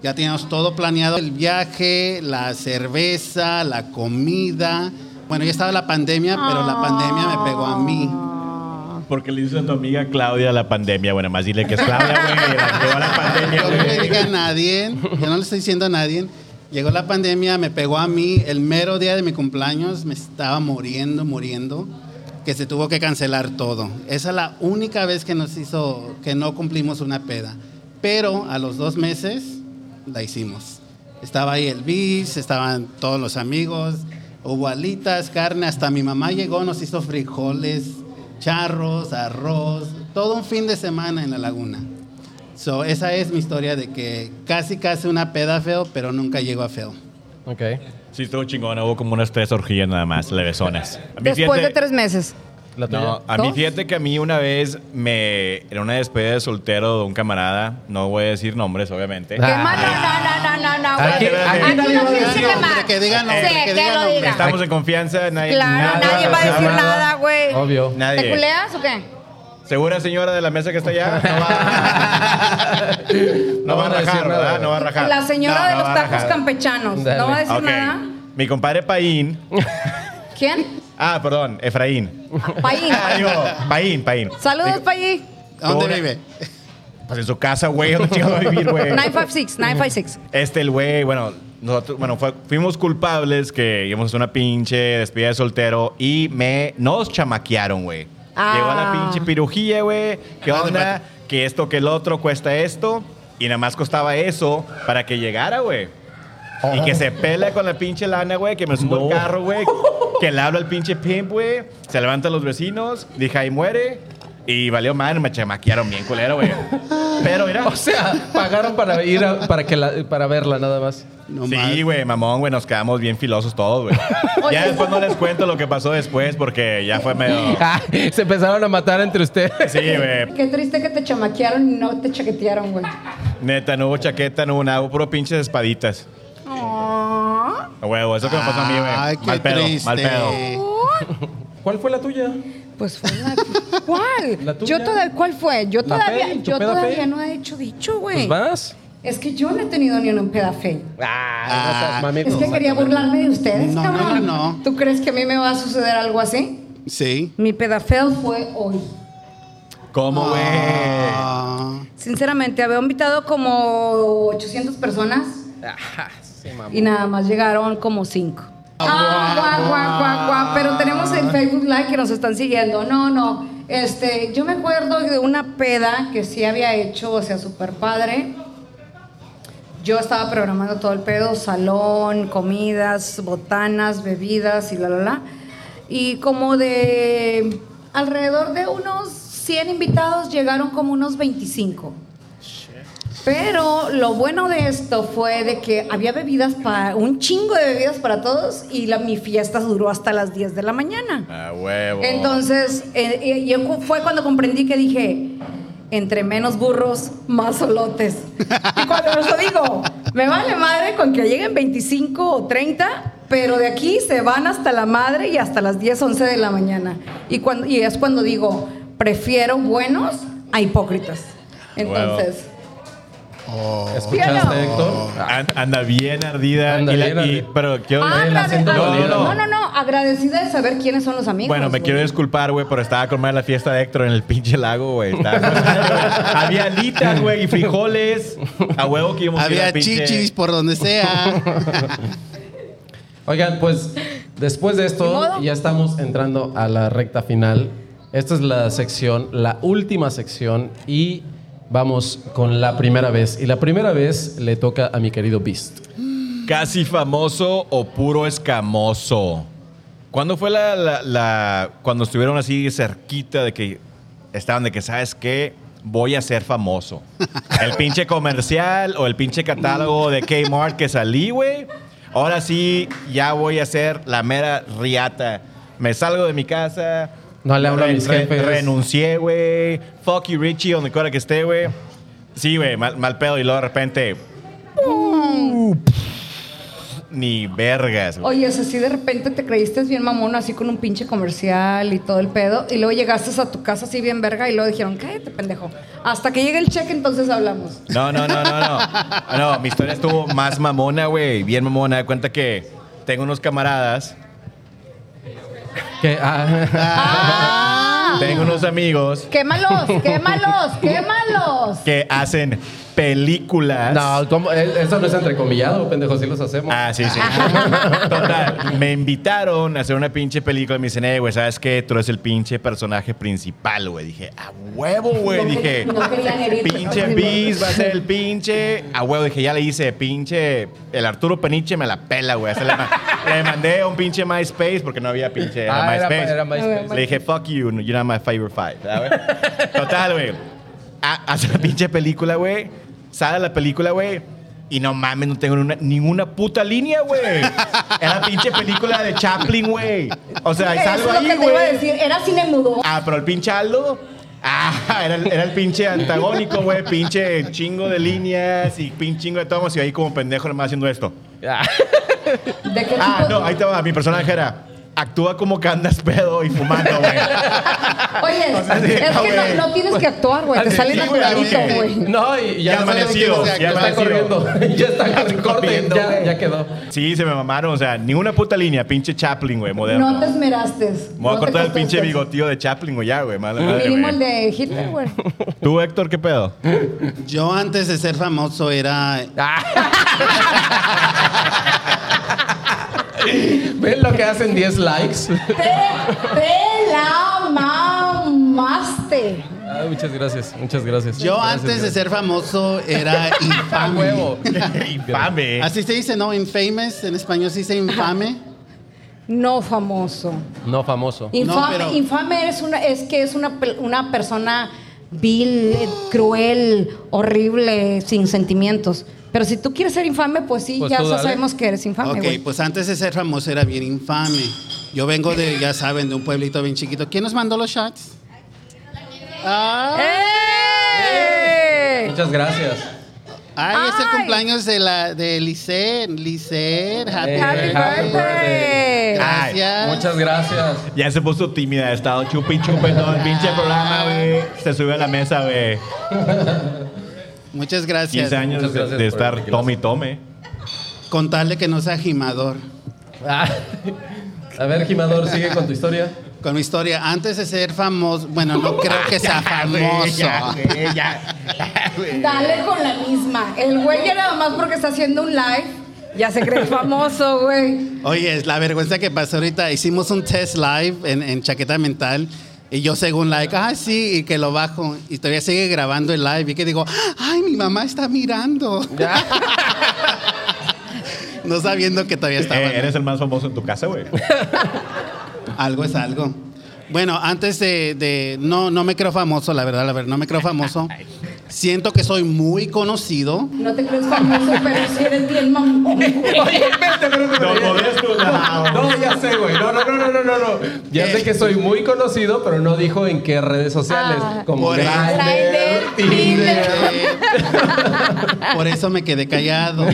Speaker 4: ya teníamos todo planeado, el viaje, la cerveza, la comida. Bueno, ya estaba la pandemia, pero la pandemia me pegó a mí.
Speaker 1: Porque le dices a tu amiga Claudia la pandemia. Bueno, más dile que es Claudia, güey. la- Llegó la [laughs] pandemia,
Speaker 4: Yo no le
Speaker 1: güey.
Speaker 4: diga a nadie, yo no le estoy diciendo a nadie. Llegó la pandemia, me pegó a mí el mero día de mi cumpleaños, me estaba muriendo, muriendo, que se tuvo que cancelar todo. Esa es la única vez que nos hizo, que no cumplimos una peda. Pero a los dos meses la hicimos. Estaba ahí el bis, estaban todos los amigos, hubo alitas, carne, hasta mi mamá llegó, nos hizo frijoles, charros, arroz, todo un fin de semana en la laguna. So, esa es mi historia de que casi casi una peda feo, pero nunca llegó a feo.
Speaker 2: [laughs] ok.
Speaker 1: Sí, estuvo chingón. Hubo como unas tres orgías nada más, levesonas. A mí,
Speaker 3: Después de
Speaker 1: fíjate-
Speaker 3: tres meses.
Speaker 2: La tuya.
Speaker 1: No, a mí
Speaker 3: ¿Dos?
Speaker 1: fíjate que a mí una vez me. En una despedida de soltero de un camarada, no voy a decir nombres, obviamente.
Speaker 3: ¿Qué
Speaker 2: Ah.
Speaker 3: más? No, no, no, no, no, güey.
Speaker 2: Aquí- aquí
Speaker 3: Aquí
Speaker 2: nadie
Speaker 3: no
Speaker 2: va a
Speaker 3: piensen
Speaker 2: decir
Speaker 3: que
Speaker 4: nombre,
Speaker 3: más.
Speaker 4: que diga nombre,
Speaker 3: Sí,
Speaker 4: que
Speaker 3: que
Speaker 4: diga
Speaker 3: lo
Speaker 4: nombre.
Speaker 3: diga.
Speaker 1: Estamos en confianza, nadie.
Speaker 3: Claro,
Speaker 1: nada,
Speaker 3: nadie va a decir
Speaker 1: nada.
Speaker 3: nada, güey.
Speaker 2: Obvio.
Speaker 1: Nadie.
Speaker 3: ¿Te culeas o qué?
Speaker 1: ¿Segura señora de la mesa que está allá? No va, no
Speaker 2: [laughs] No
Speaker 1: va a
Speaker 2: van a decir
Speaker 1: rajar,
Speaker 2: nada.
Speaker 1: ¿verdad? No va a rajar.
Speaker 3: La señora
Speaker 1: No,
Speaker 3: de
Speaker 1: no
Speaker 3: los
Speaker 1: va a
Speaker 3: tacos
Speaker 1: rajar.
Speaker 3: campechanos.
Speaker 2: Dale.
Speaker 3: ¿No va a decir
Speaker 1: Ok.
Speaker 3: nada?
Speaker 1: Mi compadre Paín.
Speaker 3: ¿Quién?
Speaker 1: Ah, perdón, Efraín. [laughs]
Speaker 3: Payín.
Speaker 1: Ah, digo, Paín, Paín.
Speaker 3: Saludos, Payín.
Speaker 4: ¿Dónde
Speaker 1: Ahora-
Speaker 4: vive?
Speaker 1: Pues en su casa, güey, ¿dónde chingados va a vivir, güey?
Speaker 3: 956, 956.
Speaker 1: Este, el güey, bueno, nosotros, bueno, fue- fuimos culpables que íbamos a una pinche despedida de soltero y me, nos chamaquearon, güey.
Speaker 3: Ah.
Speaker 1: Llegó la pinche pirujía, güey. ¿Qué
Speaker 4: Espérate,
Speaker 1: onda?
Speaker 4: espérate.
Speaker 1: Que esto, que el otro, cuesta esto. Y nada más costaba eso para que llegara, güey. Y que se pelea con la pinche lana, güey, que me subo
Speaker 2: No.
Speaker 1: el carro, güey. Que le habla al pinche pimp, güey. Se levantan los vecinos, dije, ahí muere. Y valió madre, me chamaquearon bien culero, güey. Pero mira.
Speaker 2: [laughs] O sea, pagaron para ir a- para que la- para verla nada más. [laughs]
Speaker 4: No
Speaker 1: Sí,
Speaker 4: más.
Speaker 1: güey, mamón, güey, nos quedamos bien filosos todos, güey.
Speaker 3: Oye.
Speaker 1: ya después no les cuento lo que pasó después porque ya fue medio.
Speaker 2: Ah, se empezaron a matar entre ustedes.
Speaker 1: Sí, güey.
Speaker 3: Qué triste que te chamaquearon y no te chaquetearon, güey.
Speaker 1: Neta, no hubo chaqueta, no hubo nada, hubo puro pinches espaditas.
Speaker 3: Aw.
Speaker 1: A Huevo, eso que me pasó pues, a mí, güey.
Speaker 4: Ay, qué
Speaker 1: mal pedo,
Speaker 4: triste.
Speaker 1: mal pedo.
Speaker 2: ¿Cuál fue la tuya?
Speaker 3: Pues fue la. [laughs] ¿Cuál?
Speaker 2: La tuya.
Speaker 3: yo toda- ¿Cuál fue? Yo
Speaker 2: La
Speaker 3: todavía,
Speaker 2: fe, tu
Speaker 3: yo
Speaker 2: peda
Speaker 3: todavía
Speaker 2: fe.
Speaker 3: no he hecho dicho, güey.
Speaker 2: Pues vas.
Speaker 3: es que yo no he tenido ni una peda fe.
Speaker 2: Ah, no seas
Speaker 3: Es que
Speaker 2: mamito.
Speaker 3: quería burlarme de ustedes,
Speaker 4: No,
Speaker 3: cabrón.
Speaker 4: no, no.
Speaker 3: ¿Tú crees que a mí me va a suceder algo así?
Speaker 4: Sí.
Speaker 3: Mi pedafeo fue hoy.
Speaker 1: ¿Cómo, güey?
Speaker 4: Ah,
Speaker 3: Sinceramente, había invitado como 800 personas y nada más llegaron como 5. Ah, guau, guau, guau, guau. Pero tenemos el Facebook Live que nos están siguiendo. No, no. Este, yo me acuerdo de una peda que sí había hecho, o sea, súper padre. Yo estaba programando todo el pedo, salón, comidas, botanas, bebidas y la, la, la. Y como de alrededor de unos 100 invitados, llegaron como unos 25. Pero lo bueno de esto fue de que había bebidas para un chingo de bebidas para todos y la, mi fiesta duró hasta las 10 de la mañana.
Speaker 1: A huevo.
Speaker 3: Entonces, eh, eh, yo cu- fue cuando comprendí que dije, entre menos burros, más solotes. Y cuando eso digo, me vale madre con que lleguen 25 o 30, pero de aquí se van hasta la madre y hasta las 10, 11 de la mañana. Y, cuando, y es cuando digo, prefiero buenos a hipócritas. Entonces,
Speaker 2: ¿Escuchaste, Héctor?
Speaker 1: An- anda bien ardida.
Speaker 2: Anda
Speaker 1: y la-
Speaker 2: bien
Speaker 1: y-
Speaker 2: ardida.
Speaker 1: pero quiero.
Speaker 3: Ah,
Speaker 2: el
Speaker 3: agrade-
Speaker 2: acento
Speaker 3: ah,
Speaker 1: dolido.
Speaker 3: no, no, no, agradecida de saber quiénes son los amigos.
Speaker 1: Bueno, me
Speaker 3: güey.
Speaker 1: quiero disculpar, güey, pero estaba con madre la fiesta de Héctor en el pinche lago, güey.
Speaker 2: [laughs]
Speaker 1: Estaba- Había alitas, güey, y frijoles. A huevo que íbamos a ir
Speaker 4: Había
Speaker 1: al pinche-
Speaker 4: chichis por
Speaker 1: [laughs]
Speaker 4: donde sea.
Speaker 2: Oigan, pues después de
Speaker 3: ¿Ni
Speaker 2: esto
Speaker 3: modo?
Speaker 2: ya estamos entrando a la recta final. Esta es la sección, la última sección y vamos con la primera vez. Y la primera vez le toca a mi querido Beast.
Speaker 1: Casi famoso o puro escamoso. ¿Cuándo fue la, la- la- cuando estuvieron así cerquita de que estaban de que sabes qué voy a ser famoso? El pinche comercial o el pinche catálogo de Kmart que salí, güey. Ahora sí ya voy a ser la mera riata. Me salgo de mi casa.
Speaker 2: No le hablo a mis jefes.
Speaker 1: Renuncié, güey. Fuck you, Richie, donde quiera que esté, güey. Sí, güey, mal, mal pedo. Y luego de repente, ni vergas, güey.
Speaker 3: Oye, o sea, si de repente te creíste bien mamón, así con un pinche comercial y todo el pedo, y luego llegaste a tu casa así bien verga y luego dijeron, cállate, pendejo. Hasta que llegue el cheque, entonces hablamos.
Speaker 1: No, no, no, no, no. No, mi historia estuvo más mamona, güey. Bien mamona. De cuenta que tengo unos camaradas,
Speaker 2: Que, ah,
Speaker 1: tengo unos amigos
Speaker 3: ¡Quémalos! ¡Quémalos!
Speaker 1: [laughs]
Speaker 3: ¡Quémalos!
Speaker 1: que hacen películas.
Speaker 2: no, ¿cómo? Eh, eso no es entrecomillado, pendejos, sí los hacemos.
Speaker 1: Ah, sí, sí. Total, me invitaron a hacer una pinche película y me dicen, eh, güey, ¿sabes qué? Tú eres el pinche personaje principal, güey. Dije, a huevo, güey.
Speaker 3: No que-
Speaker 1: Dije,
Speaker 3: no querían pues, herirte.
Speaker 1: pinche bis va a ser el pinche. A huevo, dije, ya le hice, pinche. El Arturo Peniche me la pela, güey. Hasta Le, ma- le mandé un pinche MySpace porque no había pinche era
Speaker 2: Ah, era-
Speaker 1: MySpace.
Speaker 2: era MySpace.
Speaker 1: Le dije, fuck you, you're not my favorite five. ¿verdad, güey? Total, güey. Ha- Hace la pinche película, güey. Sale la película, güey. Y no mames, no tengo una- ninguna puta línea, güey. Era pinche película de Chaplin, güey. O sea, y
Speaker 3: Eso es
Speaker 1: salgo
Speaker 3: lo
Speaker 1: ahí,
Speaker 3: que te iba a
Speaker 1: güey.
Speaker 3: decir. Era cine mudo.
Speaker 1: Ah, pero el pinche Aldo. Ah, era el, era el pinche antagónico, güey. Pinche chingo de líneas y pinche chingo de tomos. Y ahí como pendejo nomás haciendo esto.
Speaker 3: ¿De qué
Speaker 1: Ah,
Speaker 3: tipo?
Speaker 1: no, ahí te va. Mi personaje era. Actúa como que andas pedo y fumando,
Speaker 2: [laughs]
Speaker 1: güey.
Speaker 3: Oye,
Speaker 1: Así,
Speaker 3: es
Speaker 1: ah,
Speaker 3: que
Speaker 1: güey.
Speaker 3: no, no tienes que actuar, güey. pues,
Speaker 2: Ah,
Speaker 3: Te
Speaker 1: Así,
Speaker 3: sale
Speaker 1: sí, güey,
Speaker 3: naturalito,
Speaker 1: así.
Speaker 3: güey.
Speaker 2: No, y ya,
Speaker 1: Ya amanecido,
Speaker 2: ya,
Speaker 1: ya
Speaker 2: está
Speaker 1: amanecido.
Speaker 2: corriendo. [laughs] ya está en corte,
Speaker 1: corriendo,
Speaker 2: ya,
Speaker 1: güey.
Speaker 2: ya quedó.
Speaker 1: Sí, se me mamaron. O sea, ninguna puta línea. Pinche Chaplin, güey, moderno.
Speaker 3: No te esmeraste.
Speaker 1: me voy a
Speaker 3: No te
Speaker 1: cortar el pinche
Speaker 3: costaste.
Speaker 1: bigotillo de Chaplin, güey, ya, güey. Mala madre,
Speaker 3: Mínimo
Speaker 1: güey.
Speaker 3: el de Hitler, güey.
Speaker 1: ¿Tú, Héctor, qué
Speaker 3: [laughs]
Speaker 1: pedo?
Speaker 4: Yo antes de ser famoso era
Speaker 1: Ah,
Speaker 2: ¿Ven lo que hacen 10 likes?
Speaker 3: Te, te la mamaste.
Speaker 2: Ah, muchas gracias, muchas gracias.
Speaker 4: yo
Speaker 2: Gracias,
Speaker 4: antes de
Speaker 2: gracias.
Speaker 4: ser famoso
Speaker 1: [laughs]
Speaker 4: era
Speaker 2: ¡Ah,
Speaker 4: infame.
Speaker 2: huevo!
Speaker 1: Infame.
Speaker 4: Así se dice, ¿no? Infamous, en español se
Speaker 1: [laughs]
Speaker 4: dice infame.
Speaker 3: No famoso.
Speaker 2: No famoso.
Speaker 3: Infame,
Speaker 4: pero-
Speaker 3: infame eres una, es que es una, pel- una persona vil, eh, cruel, horrible, sin sentimientos. Pero si tú quieres ser infame, pues sí,
Speaker 2: Pues
Speaker 3: ya
Speaker 2: tú
Speaker 3: sa-
Speaker 2: dale.
Speaker 3: sabemos que eres infame,
Speaker 4: Ok,
Speaker 3: güey.
Speaker 4: pues antes de ser famoso era bien infame. Yo vengo de, ya saben, de un pueblito bien chiquito. ¿Quién nos mandó los shots? Ah,
Speaker 3: ¡Eh!
Speaker 2: Muchas gracias.
Speaker 4: ay, es el
Speaker 3: Ay.
Speaker 4: cumpleaños de la de Lisette. Lisette, happy,
Speaker 2: Eh,
Speaker 3: ¡Happy
Speaker 2: happy
Speaker 3: birthday!
Speaker 4: Gracias.
Speaker 2: Muchas gracias.
Speaker 1: Ya se puso tímida, ha estado chupi chupi todo el pinche programa, güey. Se sube a la mesa, güey.
Speaker 4: Muchas
Speaker 1: 15
Speaker 4: gracias.
Speaker 1: años
Speaker 2: Muchas
Speaker 1: de,
Speaker 2: gracias
Speaker 1: de
Speaker 2: por el
Speaker 1: estar
Speaker 2: tequilazo.
Speaker 1: tome y tome.
Speaker 4: Contarle que no sea gimador.
Speaker 2: Ah. A ver, Jimador, sigue con tu historia.
Speaker 4: Con mi historia, antes de ser famoso, bueno, no
Speaker 2: Ah,
Speaker 4: creo
Speaker 1: [laughs]
Speaker 4: que sea famoso. [laughs]
Speaker 3: Dale con la misma. El güey ya nada más porque está haciendo un live. Ya se
Speaker 4: [laughs]
Speaker 3: cree famoso, güey.
Speaker 4: Oye, es la vergüenza que pasó ahorita. Hicimos un test live en, en Chaqueta Mental Y yo según like, ah, sí, y que lo bajo. Y todavía sigue grabando el live. Y que digo, ay, mi mamá está mirando. [laughs] no sabiendo que todavía estaba.
Speaker 1: Eh, eres el más famoso en tu casa,
Speaker 4: [laughs]
Speaker 1: güey.
Speaker 4: Algo es algo. Bueno, antes de, de- no, no me creo famoso, la verdad, la verdad, no me
Speaker 1: [laughs]
Speaker 4: creo famoso. Siento que soy muy conocido.
Speaker 3: No te crees famoso, pero sí eres bien
Speaker 4: [laughs]
Speaker 3: mamón.
Speaker 1: No podrías tú.
Speaker 2: No, ya sé, güey. No, no, no, no, no, no, no. Ya sé que soy muy conocido, pero no dijo en qué redes sociales.
Speaker 3: Ah.
Speaker 2: como
Speaker 4: Por
Speaker 3: Grindr,
Speaker 2: Grindr,
Speaker 3: Tinder.
Speaker 2: Tinder.
Speaker 4: Eh, por eso me quedé callado.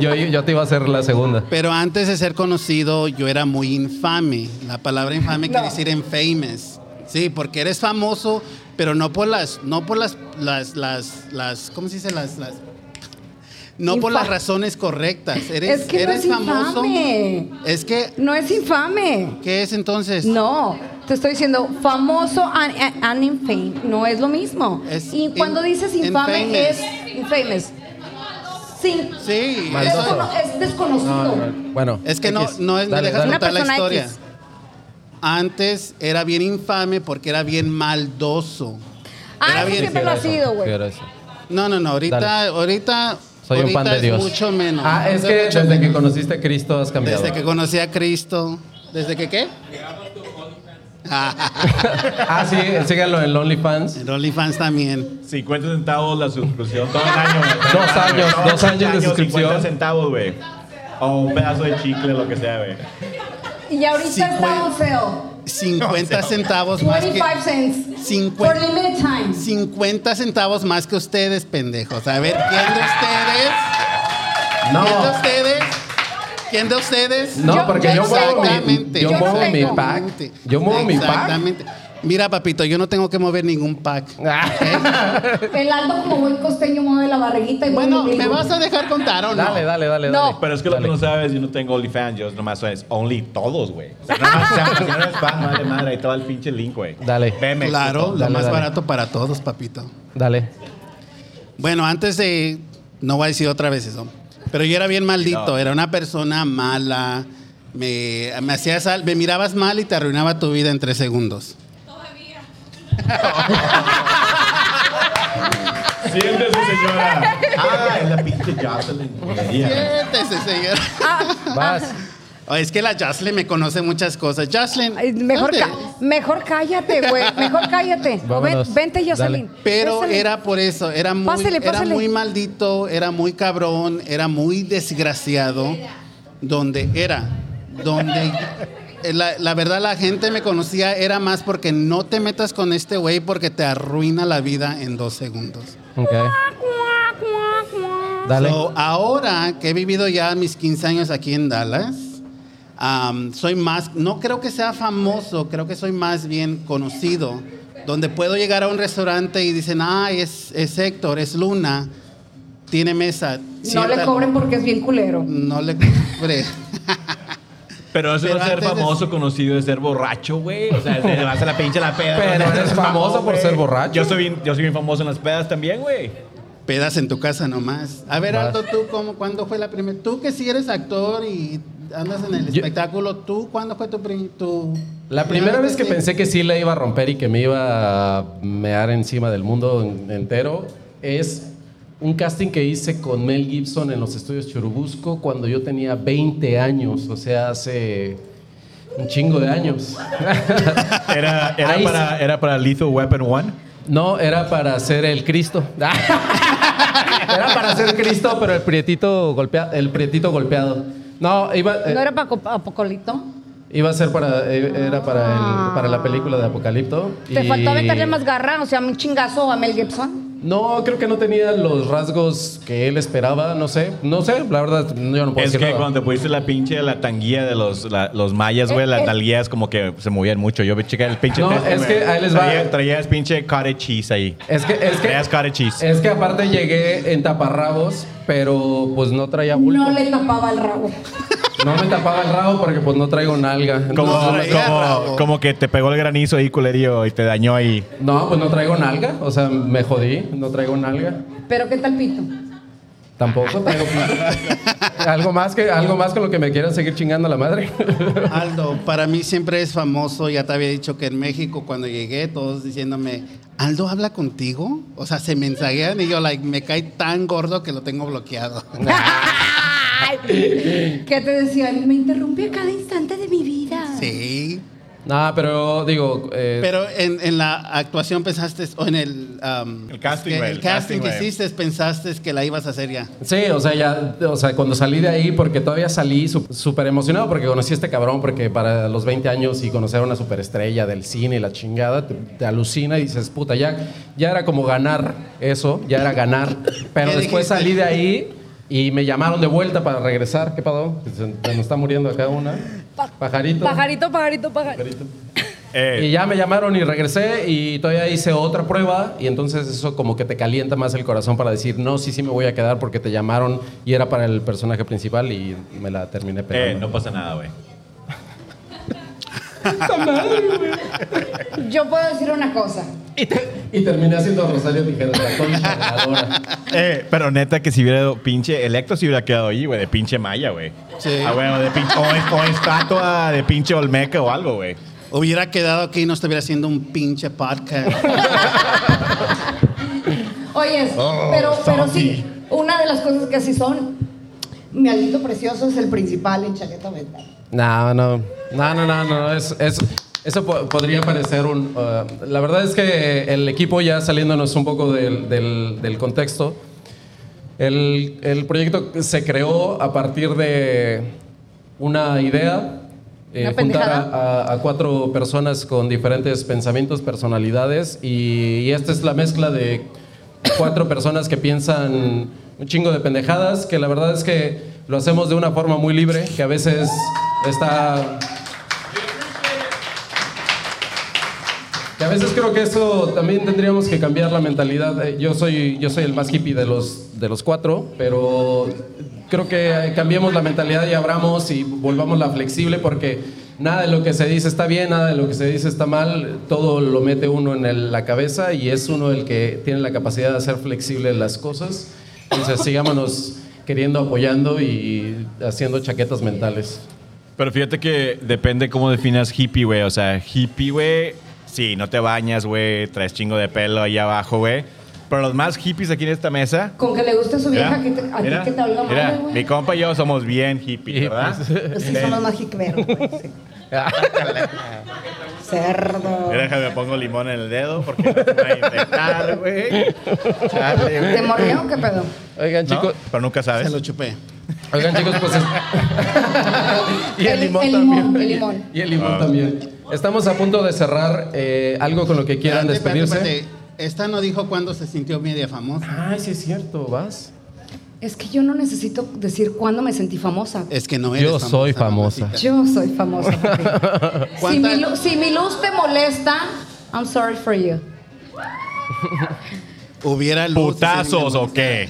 Speaker 2: Yo, yo te iba a hacer la segunda.
Speaker 4: Pero antes de ser conocido, yo era muy infame. La palabra infame quiere decir infamous. Sí, porque eres famoso, pero no por las, no por las, las, las, las ¿cómo se dice? Las, las- no por
Speaker 3: Infa-
Speaker 4: las razones correctas. Eres,
Speaker 3: Es que no
Speaker 4: eres
Speaker 3: es
Speaker 4: famoso.
Speaker 3: infame.
Speaker 4: Es que,
Speaker 3: No es infame.
Speaker 4: ¿qué es entonces?
Speaker 3: No, te estoy diciendo famoso and, and- and infame. No es lo mismo.
Speaker 4: Es
Speaker 3: y
Speaker 4: in-
Speaker 3: cuando dices infame
Speaker 4: infamous.
Speaker 3: es infamous. Sí.
Speaker 4: Sí,
Speaker 3: Es,
Speaker 4: eso-
Speaker 3: cono- es desconocido.
Speaker 2: Bueno.
Speaker 4: Es que no- no es- me dejas
Speaker 3: Una
Speaker 4: contar la
Speaker 3: persona
Speaker 4: historia.
Speaker 3: X.
Speaker 4: antes era bien infame porque era bien maldoso.
Speaker 3: Ah,
Speaker 4: Era
Speaker 3: eso
Speaker 4: bien-
Speaker 3: siempre lo ha sido, güey.
Speaker 4: No, no, no, ahorita,
Speaker 2: Dale.
Speaker 4: ahorita,
Speaker 2: Soy un
Speaker 4: ahorita
Speaker 2: pan de
Speaker 4: es
Speaker 2: Dios.
Speaker 4: mucho menos.
Speaker 2: Ah, es que
Speaker 4: Ahorita es mucho
Speaker 2: desde que
Speaker 4: menos.
Speaker 2: conociste a Cristo has cambiado.
Speaker 4: Desde que conocí a Cristo. ¿Desde que qué?
Speaker 2: Ah, sí, síganlo en OnlyFans.
Speaker 4: En OnlyFans también.
Speaker 1: 50 centavos la suscripción todo el año. güey.
Speaker 2: Dos años,
Speaker 1: Todo
Speaker 2: dos
Speaker 1: el
Speaker 2: años de
Speaker 1: año,
Speaker 2: suscripción.
Speaker 1: 50 centavos, güey. O un pedazo de chicle, lo que sea, güey.
Speaker 3: Y ahorita
Speaker 4: Sí, güey.
Speaker 3: está on sale.
Speaker 4: 50 centavos más que
Speaker 3: 25 cents.
Speaker 4: 50.
Speaker 3: For limited time.
Speaker 4: 50 centavos más que ustedes, pendejos. A ver, ¿quién de ustedes? ¿Quién de ustedes? ¿Quién de ustedes?
Speaker 2: No,
Speaker 3: Yo-
Speaker 2: porque
Speaker 3: yo
Speaker 2: yo,
Speaker 3: no
Speaker 2: muevo,
Speaker 4: Exactamente.
Speaker 2: mi, yo
Speaker 3: Yo no
Speaker 2: muevo mi
Speaker 3: tengo.
Speaker 2: pack. Yo muevo mi pack.
Speaker 4: Exactamente. Mira, papito, yo no tengo que mover ningún pack.
Speaker 2: Ah,
Speaker 3: El alto como buen costeño mueve la barriguita y
Speaker 4: Bueno,
Speaker 3: mueve el
Speaker 4: ¿me
Speaker 3: ombligo.
Speaker 4: vas a dejar contar o no?
Speaker 2: Dale, dale, dale.
Speaker 3: No.
Speaker 2: dale.
Speaker 1: Pero es que lo
Speaker 2: Dale.
Speaker 1: que no sabes, yo no tengo OnlyFans, yo nomás soy Only Todos, güey. O sea, nomás sabes, si no eres fan, madre, madre, ahí todo el pinche link, güey.
Speaker 2: Dale.
Speaker 1: Veme.
Speaker 4: Claro, lo
Speaker 2: Dale,
Speaker 4: más
Speaker 2: dale.
Speaker 4: barato para todos, papito.
Speaker 2: Dale.
Speaker 4: Bueno, antes de. No voy a decir otra vez eso. Pero yo era bien maldito. Era una persona mala. Me, me hacías al- me mirabas mal y te arruinaba tu vida en tres segundos.
Speaker 1: Siéntese, señora.
Speaker 4: [laughs]
Speaker 1: Ah, es la pinche Jocelyn. Yeah.
Speaker 4: Siéntese, señor.
Speaker 2: Vas.
Speaker 4: Oh, es que la Jocelyn me conoce muchas cosas. Jocelyn.
Speaker 3: Ah. Ay, Mejor,
Speaker 4: ¿dónde?
Speaker 3: ca- mejor cállate, güey. Mejor cállate. O ven-
Speaker 2: Vámonos.
Speaker 3: vente, Jocelyn.
Speaker 4: Pero
Speaker 3: Pásale.
Speaker 4: era por eso, era muy,
Speaker 3: Pásale,
Speaker 4: era
Speaker 3: pásale.
Speaker 4: muy maldito, era muy cabrón, era muy desgraciado. Donde era, donde la, la verdad la gente me conocía era más porque no te metas con este güey porque te arruina la vida en dos segundos.
Speaker 2: Ok. Dale.
Speaker 4: So, ahora que he vivido ya mis 15 años aquí en Dallas, am, soy más, no creo que sea famoso, creo que soy más bien conocido, donde puedo llegar a un restaurante y dicen, ay, es, es Héctor, es Luna, tiene mesa.
Speaker 3: No le
Speaker 4: siéntalo".
Speaker 3: cobren porque es bien culero.
Speaker 4: No le cobre. [laughs]
Speaker 1: Pero eso
Speaker 4: Pero
Speaker 1: no es ser
Speaker 4: antes de-
Speaker 1: famoso, conocido, es ser borracho, güey. O sea, te vas a la pinche la peda.
Speaker 2: Pero
Speaker 1: ¿no?
Speaker 2: eres famoso
Speaker 1: mamón,
Speaker 2: por
Speaker 1: güey.
Speaker 2: ser borracho.
Speaker 1: Yo soy, bien, yo soy bien famoso en las pedas también, güey.
Speaker 4: Pedas en tu casa nomás. A ver,
Speaker 2: Vas.
Speaker 4: Aldo, tú, cómo, ¿cuándo fue la primera? Tú que si eres actor y andas en el
Speaker 2: Yo-
Speaker 4: espectáculo, ¿tú cuándo fue tu, prim- tu
Speaker 2: La primera vez que
Speaker 4: sí?
Speaker 2: pensé que sí la iba a romper y que me iba a mear encima del mundo en- entero es un casting que hice con Mel Gibson en los estudios Churubusco cuando yo tenía 20 años, o sea, hace un chingo de años.
Speaker 1: Era, era
Speaker 2: Ahí
Speaker 1: para, era para Lethal Weapon One.
Speaker 2: No, era para ser el Cristo. [laughs] era para ser Cristo, pero el prietito golpeado. El prietito golpeado. No, iba, eh,
Speaker 3: ¿No era para Apocolito?
Speaker 2: iba a ser para, eh, era para, el- para la película de Apocalipto.
Speaker 3: ¿Te
Speaker 2: y-
Speaker 3: faltó meterle más garra? O sea, un chingazo a Mel Gibson.
Speaker 2: No, creo que no tenía los rasgos que él esperaba, no sé, no sé, la verdad, no, yo no puedo
Speaker 1: Es
Speaker 2: decir
Speaker 1: que
Speaker 2: nada.
Speaker 1: cuando te pusiste la pinche la tanguía de los, la- los mayas, güey,
Speaker 3: Eh,
Speaker 1: las
Speaker 3: eh.
Speaker 1: nalguías como que se movían mucho. Yo chequé el pinche
Speaker 2: No,
Speaker 1: teste,
Speaker 2: es
Speaker 1: güey.
Speaker 2: que ahí les va.
Speaker 1: Traía- Traías pinche cottage cheese ahí.
Speaker 2: Es que, es que,
Speaker 1: Traías cottage cheese.
Speaker 2: es que aparte llegué en taparrabos, pero pues no traía bulto.
Speaker 3: No
Speaker 2: No,
Speaker 3: le tapaba el rabo.
Speaker 2: me tapaba el rabo porque pues no traigo nalga.
Speaker 1: Como,
Speaker 2: Entonces,
Speaker 4: traía
Speaker 1: como,
Speaker 4: bravo.
Speaker 1: como que te pegó el granizo ahí, culerío, y te dañó ahí.
Speaker 2: no, pues no traigo nalga, o sea, me jodí, no traigo nalga.
Speaker 3: Pero ¿qué tal pito?
Speaker 2: Tampoco traigo algo más que algo más con lo que me quieran seguir chingando a la madre. [laughs]
Speaker 4: Aldo, para mí siempre es famoso, ya te había dicho que en México cuando llegué, todos diciéndome, Aldo habla contigo, o sea, se mensajean y yo, like, me cae tan gordo que lo tengo bloqueado.
Speaker 3: Ay, ¿Qué te decía? Me interrumpe a cada instante de mi vida.
Speaker 4: [laughs] sí.
Speaker 2: Nah, pero digo, eh,
Speaker 4: Pero en, en la actuación pensaste, o en el, um,
Speaker 1: El casting,
Speaker 4: que-
Speaker 1: güey,
Speaker 4: el
Speaker 1: el
Speaker 4: casting
Speaker 1: casting,
Speaker 4: que
Speaker 1: güey.
Speaker 4: hiciste, pensaste que la ibas a hacer ya.
Speaker 2: Sí, o sea, ya, o sea, cuando salí de ahí, porque todavía salí su- súper emocionado porque conocí a este cabrón, porque para los 20 años y conocer a una superestrella del cine y la chingada, te, te alucina y dices, puta, ya, ya era como ganar eso, ya era ganar. Pero
Speaker 4: ¿Qué
Speaker 2: después
Speaker 4: dijiste?
Speaker 2: salí de ahí y me llamaron de vuelta para regresar. ¿Qué pasó? Se, se nos está muriendo acá una.
Speaker 3: Pa-
Speaker 2: Pajarito.
Speaker 3: Pajarito, pajarito, pajarito.
Speaker 1: Eh,
Speaker 2: Y ya me llamaron y regresé y todavía hice otra prueba y entonces eso como que te calienta más el corazón para decir, no, sí, sí me voy a quedar porque te llamaron y era para el personaje principal y me la terminé
Speaker 1: eh,
Speaker 2: pegando.
Speaker 1: no pasa nada, güey.
Speaker 3: Yo puedo decir una cosa.
Speaker 2: y, te- y terminé haciendo Rosario Tijeras, la concha de la lora.
Speaker 1: Eh, pero neta que si hubiera dado pinche electo, si hubiera quedado ahí, güey, de pinche maya, güey.
Speaker 4: Sí.
Speaker 1: Ah, güey, o, de pin- o, o estatua de pinche Olmeca o algo, güey.
Speaker 4: Hubiera quedado aquí y no estuviera haciendo un pinche podcast.
Speaker 3: Oyes,
Speaker 1: Oh,
Speaker 3: pero, pero
Speaker 1: zombie.
Speaker 3: sí, una de las cosas que sí son, mi alito precioso es el principal en chaqueta mental.
Speaker 2: No, no, no, no, no, no, es, es- eso po- podría parecer un... uh, la verdad es que el equipo, ya saliéndonos un poco del, del- del contexto, el, el proyecto se creó a partir de una idea, eh,
Speaker 3: Una
Speaker 2: juntar a-
Speaker 3: pendejada.
Speaker 2: a, a cuatro personas con diferentes pensamientos, personalidades, y, y esta es la mezcla de cuatro personas que piensan un chingo de pendejadas, que la verdad es que lo hacemos de una forma muy libre, que a veces está... Que a veces creo que eso también tendríamos que cambiar la mentalidad. Eh, Yo soy, yo soy el más hippie de los, de los cuatro, pero creo que eh, cambiemos la mentalidad y abramos y volvámosla flexible porque nada de lo que se dice está bien, nada de lo que se dice está mal, todo lo mete uno en el- la cabeza y es uno el que tiene la capacidad de hacer flexible las cosas. Entonces sigámonos queriendo, apoyando y haciendo chaquetas mentales.
Speaker 1: Pero fíjate que depende cómo definas hippie, güey. O sea, hippie, güey, sí, no te bañas, güey, traes chingo de pelo ahí abajo, güey. Pero los más hippies aquí en esta mesa...
Speaker 3: Con que le guste a su
Speaker 1: mira,
Speaker 3: vieja, que te- a
Speaker 1: mira,
Speaker 3: ti que te valga
Speaker 1: mira,
Speaker 3: madre,
Speaker 1: mi
Speaker 3: güey.
Speaker 1: compa y yo somos bien hippies,
Speaker 2: Hippies.
Speaker 1: ¿verdad?
Speaker 5: Pues sí, son los más jicmeros, güey, sí. Cerdo.
Speaker 1: Mira, déjame pongo limón en el dedo porque no se va a infectar, güey. Chale, güey.
Speaker 2: Eh,
Speaker 3: ¿Te mordió o qué pedo?
Speaker 2: [laughs] Oigan,
Speaker 1: ¿No?
Speaker 2: chicos,
Speaker 1: Pero nunca [laughs]
Speaker 4: Se
Speaker 1: sabes.
Speaker 4: lo chupé.
Speaker 2: Oigan, chicos, pues. es- y el,
Speaker 3: El-
Speaker 2: limón
Speaker 3: el
Speaker 2: también.
Speaker 3: limón,
Speaker 2: [laughs]
Speaker 3: el limón.
Speaker 2: Y el limón también. Estamos a punto de cerrar eh, algo con lo que quieran
Speaker 4: Espérate, espérate,
Speaker 2: despedirse.
Speaker 4: espérate. Esta no dijo cuándo se sintió media famosa.
Speaker 2: Ay, sí es cierto, vas.
Speaker 3: Es que yo no necesito decir cuándo me sentí famosa.
Speaker 4: Es que no eres
Speaker 2: Yo soy famosa.
Speaker 4: mamacita.
Speaker 3: Yo soy famosa.
Speaker 2: [laughs]
Speaker 3: papi. si,
Speaker 4: ¿Cuánta-
Speaker 3: mi, lu- si mi luz te molesta, I'm sorry for you.
Speaker 4: Hubiera luz,
Speaker 1: ¿Putazos
Speaker 4: sería
Speaker 1: o qué?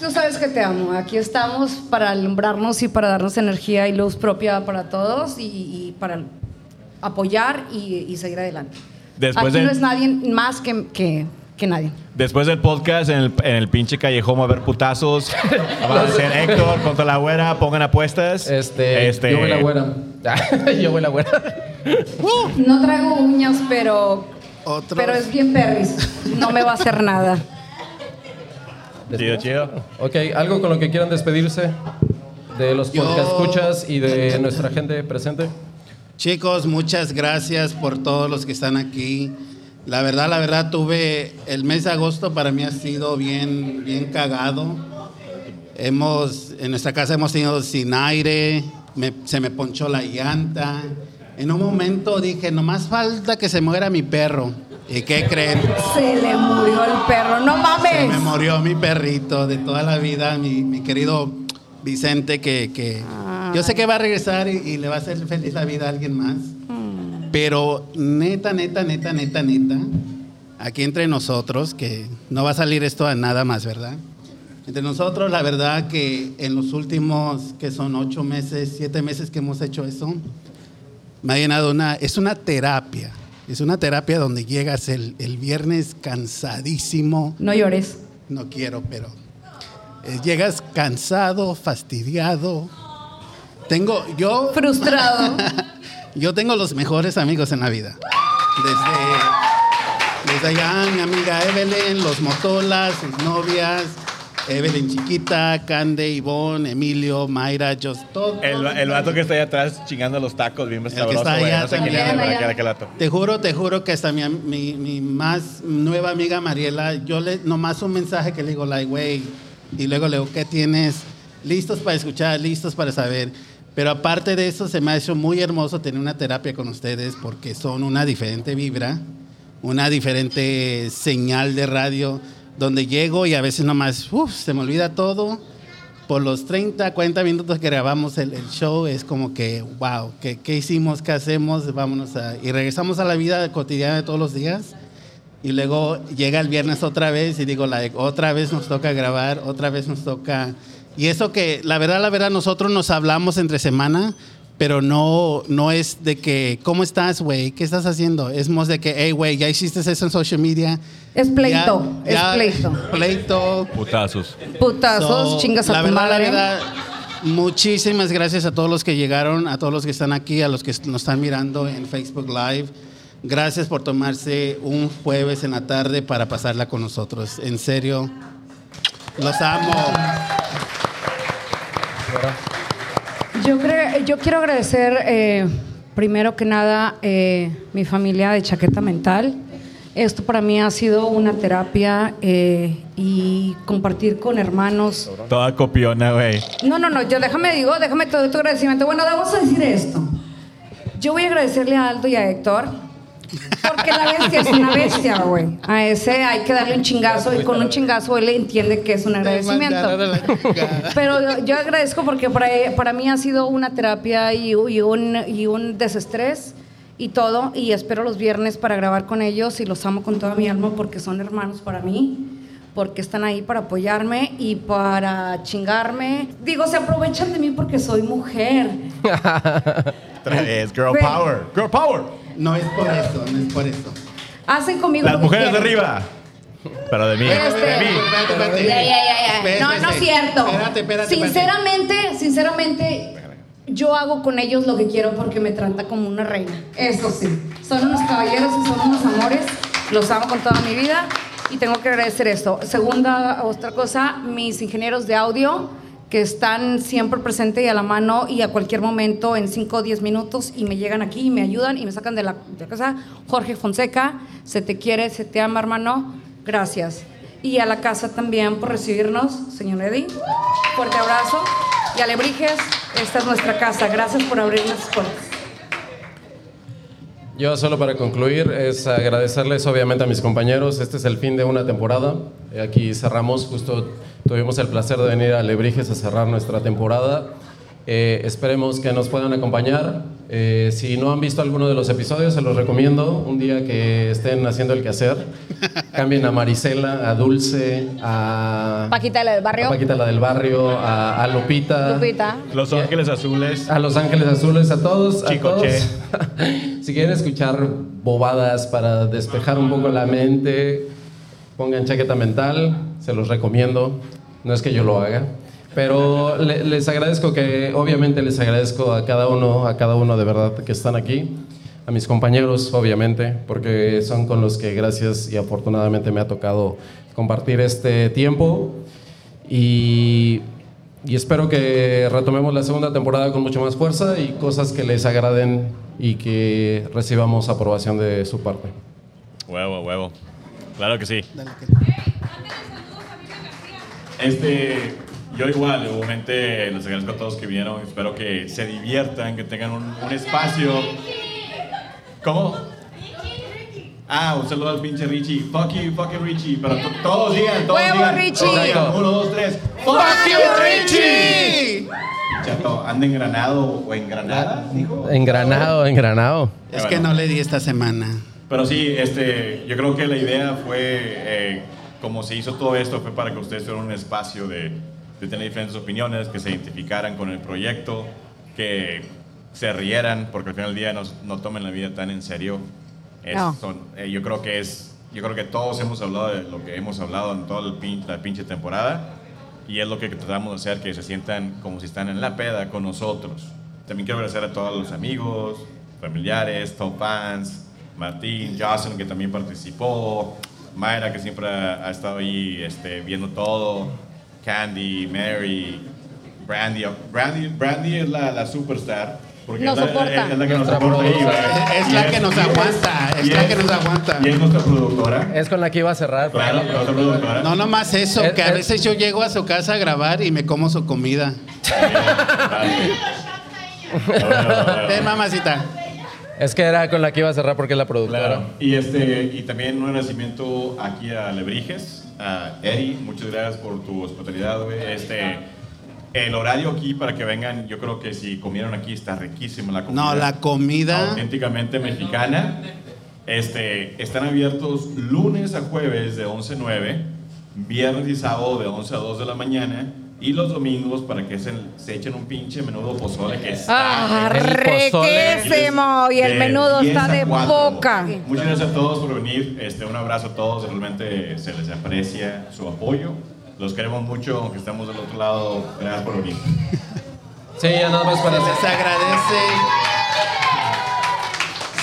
Speaker 3: Tú sabes que te amo. Aquí estamos para alumbrarnos y para darnos energía y luz propia para todos y, y para apoyar y, y seguir adelante.
Speaker 1: Después
Speaker 3: Aquí
Speaker 1: de-
Speaker 3: no es nadie más que, que, que nadie.
Speaker 1: Después del podcast, en el, en el pinche callejón va a haber putazos. Va a ser Héctor contra la güera, pongan apuestas.
Speaker 2: Este, Yo voy la güera. [laughs] yo voy la güera.
Speaker 3: No traigo uñas, pero,
Speaker 4: Otros.
Speaker 3: pero es bien perris. No me va a hacer nada.
Speaker 1: Chido, chido.
Speaker 2: Ok, algo con lo que quieran despedirse de los
Speaker 4: Yo-
Speaker 2: podcast escuchas y de nuestra gente presente.
Speaker 4: Chicos, muchas gracias por todos los que están aquí. La verdad, la verdad, tuve el mes de agosto para mí ha sido bien, bien cagado. Hemos, en nuestra casa hemos tenido sin aire, me- se me ponchó la llanta. En un momento dije, nomás falta que se muera mi perro. ¿Y qué creen?
Speaker 3: Se le murió el perro. No
Speaker 4: Se
Speaker 3: mames.
Speaker 4: me murió mi perrito de toda la vida, mi, mi querido Vicente, que, que yo sé que va a regresar y, y le va a hacer feliz la vida a alguien más. Pero neta, neta, neta, neta, neta, aquí entre nosotros, que no va a salir esto a nada más, ¿verdad? Entre nosotros, la verdad que en los últimos, que son ocho meses, siete meses que hemos hecho eso, me ha llenado una, es una terapia. Es una terapia donde llegas el, el viernes cansadísimo,
Speaker 3: No llores.
Speaker 4: no quiero, pero Eh, Llegas cansado, fastidiado. Tengo, yo, [laughs]
Speaker 3: Frustrado.
Speaker 4: yo tengo los mejores amigos en la vida. Desde, desde allá, mi amiga Evelyn, los Motolas, sus novias, Evelyn chiquita, Cande, Ivonne, Emilio, Mayra, yo, todo.
Speaker 1: El, el vato que está allá atrás chingando los tacos, bien
Speaker 4: que
Speaker 1: sabroso,
Speaker 4: está
Speaker 1: güey.
Speaker 4: allá
Speaker 1: No sé quién
Speaker 4: también,
Speaker 1: es, pero
Speaker 3: allá.
Speaker 1: que era aquel vato.
Speaker 4: Te juro, te juro que hasta mi, am- mi, mi más nueva amiga Mariela, yo le nomás un mensaje que le digo, like, güey, y luego le digo, ¿qué tienes? Listos para escuchar, listos para saber. Pero aparte de eso, se me ha hecho muy hermoso tener una terapia con ustedes porque son una diferente vibra, una diferente señal de radio, donde llego y a veces nomás, uff, se me olvida todo. Por los 30, 40 minutos que grabamos el, el show, es como que, wow, ¿qué, qué hicimos? ¿Qué hacemos? Vámonos a... Y regresamos a la vida cotidiana de todos los días. Y luego llega el viernes otra vez y digo, like, otra vez nos toca grabar, otra vez nos toca... Y eso que, la verdad, la verdad, nosotros nos hablamos entre semana, pero no, no es de que, ¿cómo estás, güey? ¿Qué estás haciendo? Es más de que, hey, güey, ya hiciste eso en social media.
Speaker 3: Es pleito,
Speaker 4: Ya- ya-
Speaker 3: es pleito.
Speaker 4: Pleito,
Speaker 6: Putazos.
Speaker 3: Putazos,
Speaker 4: So,
Speaker 3: chingas a
Speaker 4: la
Speaker 3: tu
Speaker 4: verdad,
Speaker 3: madre.
Speaker 4: La verdad, muchísimas gracias a todos los que llegaron, a todos los que están aquí, a los que nos están mirando en Facebook Live. Gracias por tomarse un jueves en la tarde para pasarla con nosotros. En serio, los amo.
Speaker 3: Yo, creo- yo quiero agradecer eh, primero que nada eh, mi familia de Chaqueta Mental. Esto para mí ha sido una terapia eh, y compartir con hermanos.
Speaker 1: Toda copiona, güey.
Speaker 3: No, no, no, yo déjame digo, déjame todo tu agradecimiento. Bueno, vamos a decir esto. Yo voy a agradecerle a Aldo y a Héctor. Porque la bestia es una bestia, güey. A ese hay que darle un chingazo y con un chingazo él entiende que es un agradecimiento. Pero yo agradezco porque para, para mí ha sido una terapia y, y un, y un desestrés y todo. Y espero los viernes para grabar con ellos y los amo con toda mi alma porque son hermanos para mí, porque están ahí para apoyarme y para chingarme. Digo, se aprovechan de mí porque soy mujer.
Speaker 1: Otra vez, girl
Speaker 3: Güey.
Speaker 1: power. Girl power.
Speaker 4: No es por eso, no es por eso.
Speaker 3: Hacen conmigo lo
Speaker 1: Las
Speaker 3: que
Speaker 1: mujeres de
Speaker 3: quieren.
Speaker 1: arriba. Pero de mí.
Speaker 3: Este-
Speaker 1: De mí.
Speaker 4: Espérate, espérate.
Speaker 3: Ya, ya, ya, ya. No, no es
Speaker 4: Espérate.
Speaker 3: cierto.
Speaker 4: Espérate, espérate, espérate.
Speaker 3: Sinceramente, sinceramente, yo hago con ellos lo que quiero porque me trata como una reina. Eso sí. Son unos caballeros y son unos amores. Los amo con toda mi vida y tengo que agradecer esto. Segunda, otra cosa, mis ingenieros de audio que están siempre presentes y a la mano y a cualquier momento en 5 o 10 minutos y me llegan aquí y me ayudan y me sacan de la, de la casa. Jorge Fonseca, se te quiere, se te ama, hermano. Gracias y a la casa también por recibirnos, señor Eddie. Fuerte abrazo. Y Alebrijes, esta es nuestra casa. Gracias por abrirnos las puertas.
Speaker 2: Yo solo para concluir es agradecerles obviamente a mis compañeros. Este es el fin de una temporada. Eh, Aquí cerramos, justo tuvimos el placer de venir a Lebrijes a cerrar nuestra temporada. Eh, esperemos que nos puedan acompañar. Eh, si no han visto alguno de los episodios, se los recomiendo. Un día que estén haciendo el quehacer,
Speaker 7: [laughs]
Speaker 2: cambien a Marisela, a Dulce, a
Speaker 7: Paquita la del barrio.
Speaker 2: a Paquita la del barrio, a, a Lupita,
Speaker 7: Lupita.
Speaker 1: Los ángeles azules.
Speaker 2: a Los Ángeles Azules, a todos. a
Speaker 1: Chico,
Speaker 2: todos.
Speaker 1: che.
Speaker 2: [laughs] si quieren escuchar bobadas para despejar un poco la mente, pongan chaqueta mental, se los recomiendo. No es que yo lo haga. Pero le- les agradezco que, obviamente les agradezco a cada uno, a cada uno de verdad que están aquí, a mis compañeros, obviamente, porque son con los que gracias y afortunadamente me ha tocado compartir este tiempo. Y, y espero que retomemos la segunda temporada con mucha más fuerza y cosas que les agraden y que recibamos aprobación de su parte.
Speaker 1: Huevo, huevo. Claro que sí. Este, yo igual, obviamente les agradezco a todos que vinieron. Espero que se diviertan, que tengan un, un espacio. ¿Cómo? Ah, un saludo al pinche Richie. Fuck you, fucking Richie. Pero to- todos digan, todos
Speaker 7: Huevo,
Speaker 1: digan.
Speaker 7: Richie.
Speaker 1: Todos digan, uno, dos, tres. Fuck you, Richie. Chato, anda engranado o engranada, dijo.
Speaker 2: Engranado, engranado.
Speaker 4: Es que no le di esta semana.
Speaker 1: Pero sí, este, yo creo que la idea fue, eh, como se hizo todo esto, fue para que ustedes tuvieran un espacio de, de tener diferentes opiniones, que se identificaran con el proyecto, que se rieran, porque al final del día no, no tomen la vida tan en serio. Es-
Speaker 7: No.
Speaker 1: son- eh, yo creo que es, yo creo que todos hemos hablado de lo que hemos hablado en toda el pin- la pinche temporada. Y es lo que tratamos de hacer, que se sientan como si están en la peda con nosotros. También quiero agradecer a todos los amigos, familiares, top fans, Martín, Jocelyn, que también participó, Mayra, que siempre ha, ha estado ahí este, viendo todo, Candy, Mary, Brandy. Brandy, Brandy es la, la superstar. Porque
Speaker 3: Nos
Speaker 1: es, la,
Speaker 3: soporta.
Speaker 1: es la que nos
Speaker 2: Nuestra
Speaker 1: soporta ahí,
Speaker 2: productora.
Speaker 1: güey.
Speaker 4: Es
Speaker 1: Y
Speaker 4: la que nos
Speaker 1: y
Speaker 4: aguanta, es
Speaker 1: y
Speaker 4: la que nos aguanta.
Speaker 1: Y es nuestra productora.
Speaker 2: Es con la que iba a cerrar.
Speaker 1: Claro,
Speaker 2: Fran.
Speaker 1: nuestra productora.
Speaker 4: No nomás eso,
Speaker 2: Eh,
Speaker 4: que a
Speaker 2: eh.
Speaker 4: veces yo llego a su casa a grabar y me como su comida. Ven, mamacita.
Speaker 2: Es que era con la que iba a cerrar porque es la productora.
Speaker 1: Claro. Y, este, y también un agradecimiento aquí a Lebrijes, a Eri, muchas gracias por tu hospitalidad, güey. Este, el horario aquí para que vengan, yo creo que si comieron aquí está riquísima la comida.
Speaker 4: No, la comida.
Speaker 1: Auténticamente mexicana. Este, están abiertos lunes a jueves de 11 a 9, viernes y sábado de 11 a 2 de la mañana y los domingos para que se, se echen un pinche menudo pozole que está
Speaker 3: Ah,
Speaker 2: El pozole.
Speaker 3: riquísimo. Y el
Speaker 1: de
Speaker 3: menudo
Speaker 1: 10
Speaker 3: está
Speaker 1: a
Speaker 3: de
Speaker 1: 4.
Speaker 3: boca.
Speaker 1: Muchas gracias a todos por venir. Este, un abrazo a todos. Realmente se les aprecia su apoyo. Los queremos mucho, aunque estamos del otro lado. Gracias por venir.
Speaker 2: Sí, ya nada más para
Speaker 4: Se les agradece.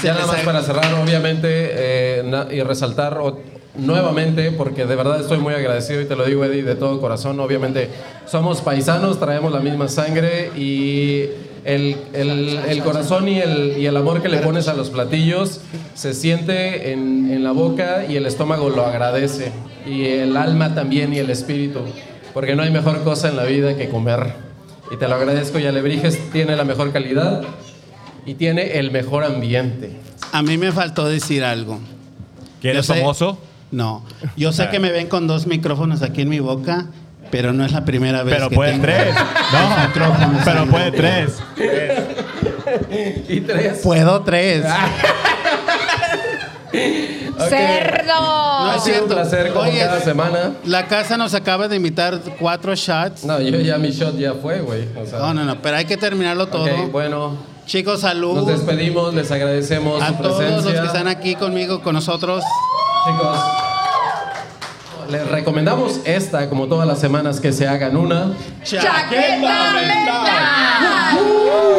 Speaker 4: Se
Speaker 2: Ya nada
Speaker 4: les
Speaker 2: más
Speaker 4: ag-
Speaker 2: para cerrar, obviamente, eh, na- y resaltar o- nuevamente, porque de verdad estoy muy agradecido y te lo digo, Eddie, de todo corazón. Obviamente, somos paisanos, traemos la misma sangre y el, el- el corazón y el, y el amor que le pones a los platillos se siente en, en la boca y el estómago lo agradece. Y el alma también y el espíritu, porque no hay mejor cosa en la vida que comer. Y te lo agradezco y Alebrijes tiene la mejor calidad y tiene el mejor ambiente.
Speaker 4: A mí me faltó decir algo.
Speaker 6: ¿Quieres
Speaker 4: Yo sé-
Speaker 6: famoso?
Speaker 4: No. Yo
Speaker 2: Ah.
Speaker 4: sé que me ven con dos micrófonos aquí en mi boca, pero no es la primera vez
Speaker 6: Pero
Speaker 4: pues, que
Speaker 6: pueden
Speaker 4: tengo
Speaker 6: tres.
Speaker 4: dos micrófonos
Speaker 6: Pero
Speaker 4: en
Speaker 6: puede
Speaker 4: la-
Speaker 6: tres.
Speaker 2: Y tres.
Speaker 4: Puedo tres.
Speaker 2: Ah. Ok.
Speaker 3: Cerdo.
Speaker 4: No
Speaker 2: Ha sido un
Speaker 4: es cierto.
Speaker 2: placer como
Speaker 4: Oye.
Speaker 2: cada semana.
Speaker 4: La casa nos acaba de invitar cuatro shots.
Speaker 2: No, yo ya mi shot ya fue, güey. O sea,
Speaker 4: No, no, no, pero hay que terminarlo todo.
Speaker 2: ok, bueno,
Speaker 4: Chicos,
Speaker 2: nos
Speaker 4: salud
Speaker 2: despedimos, les agradecemos
Speaker 4: a
Speaker 2: su
Speaker 4: todos
Speaker 2: presencia.
Speaker 4: los que están aquí conmigo, con nosotros.
Speaker 2: Chicos, les recomendamos esta, como todas las semanas que se hagan una.
Speaker 3: Chaqueta mental.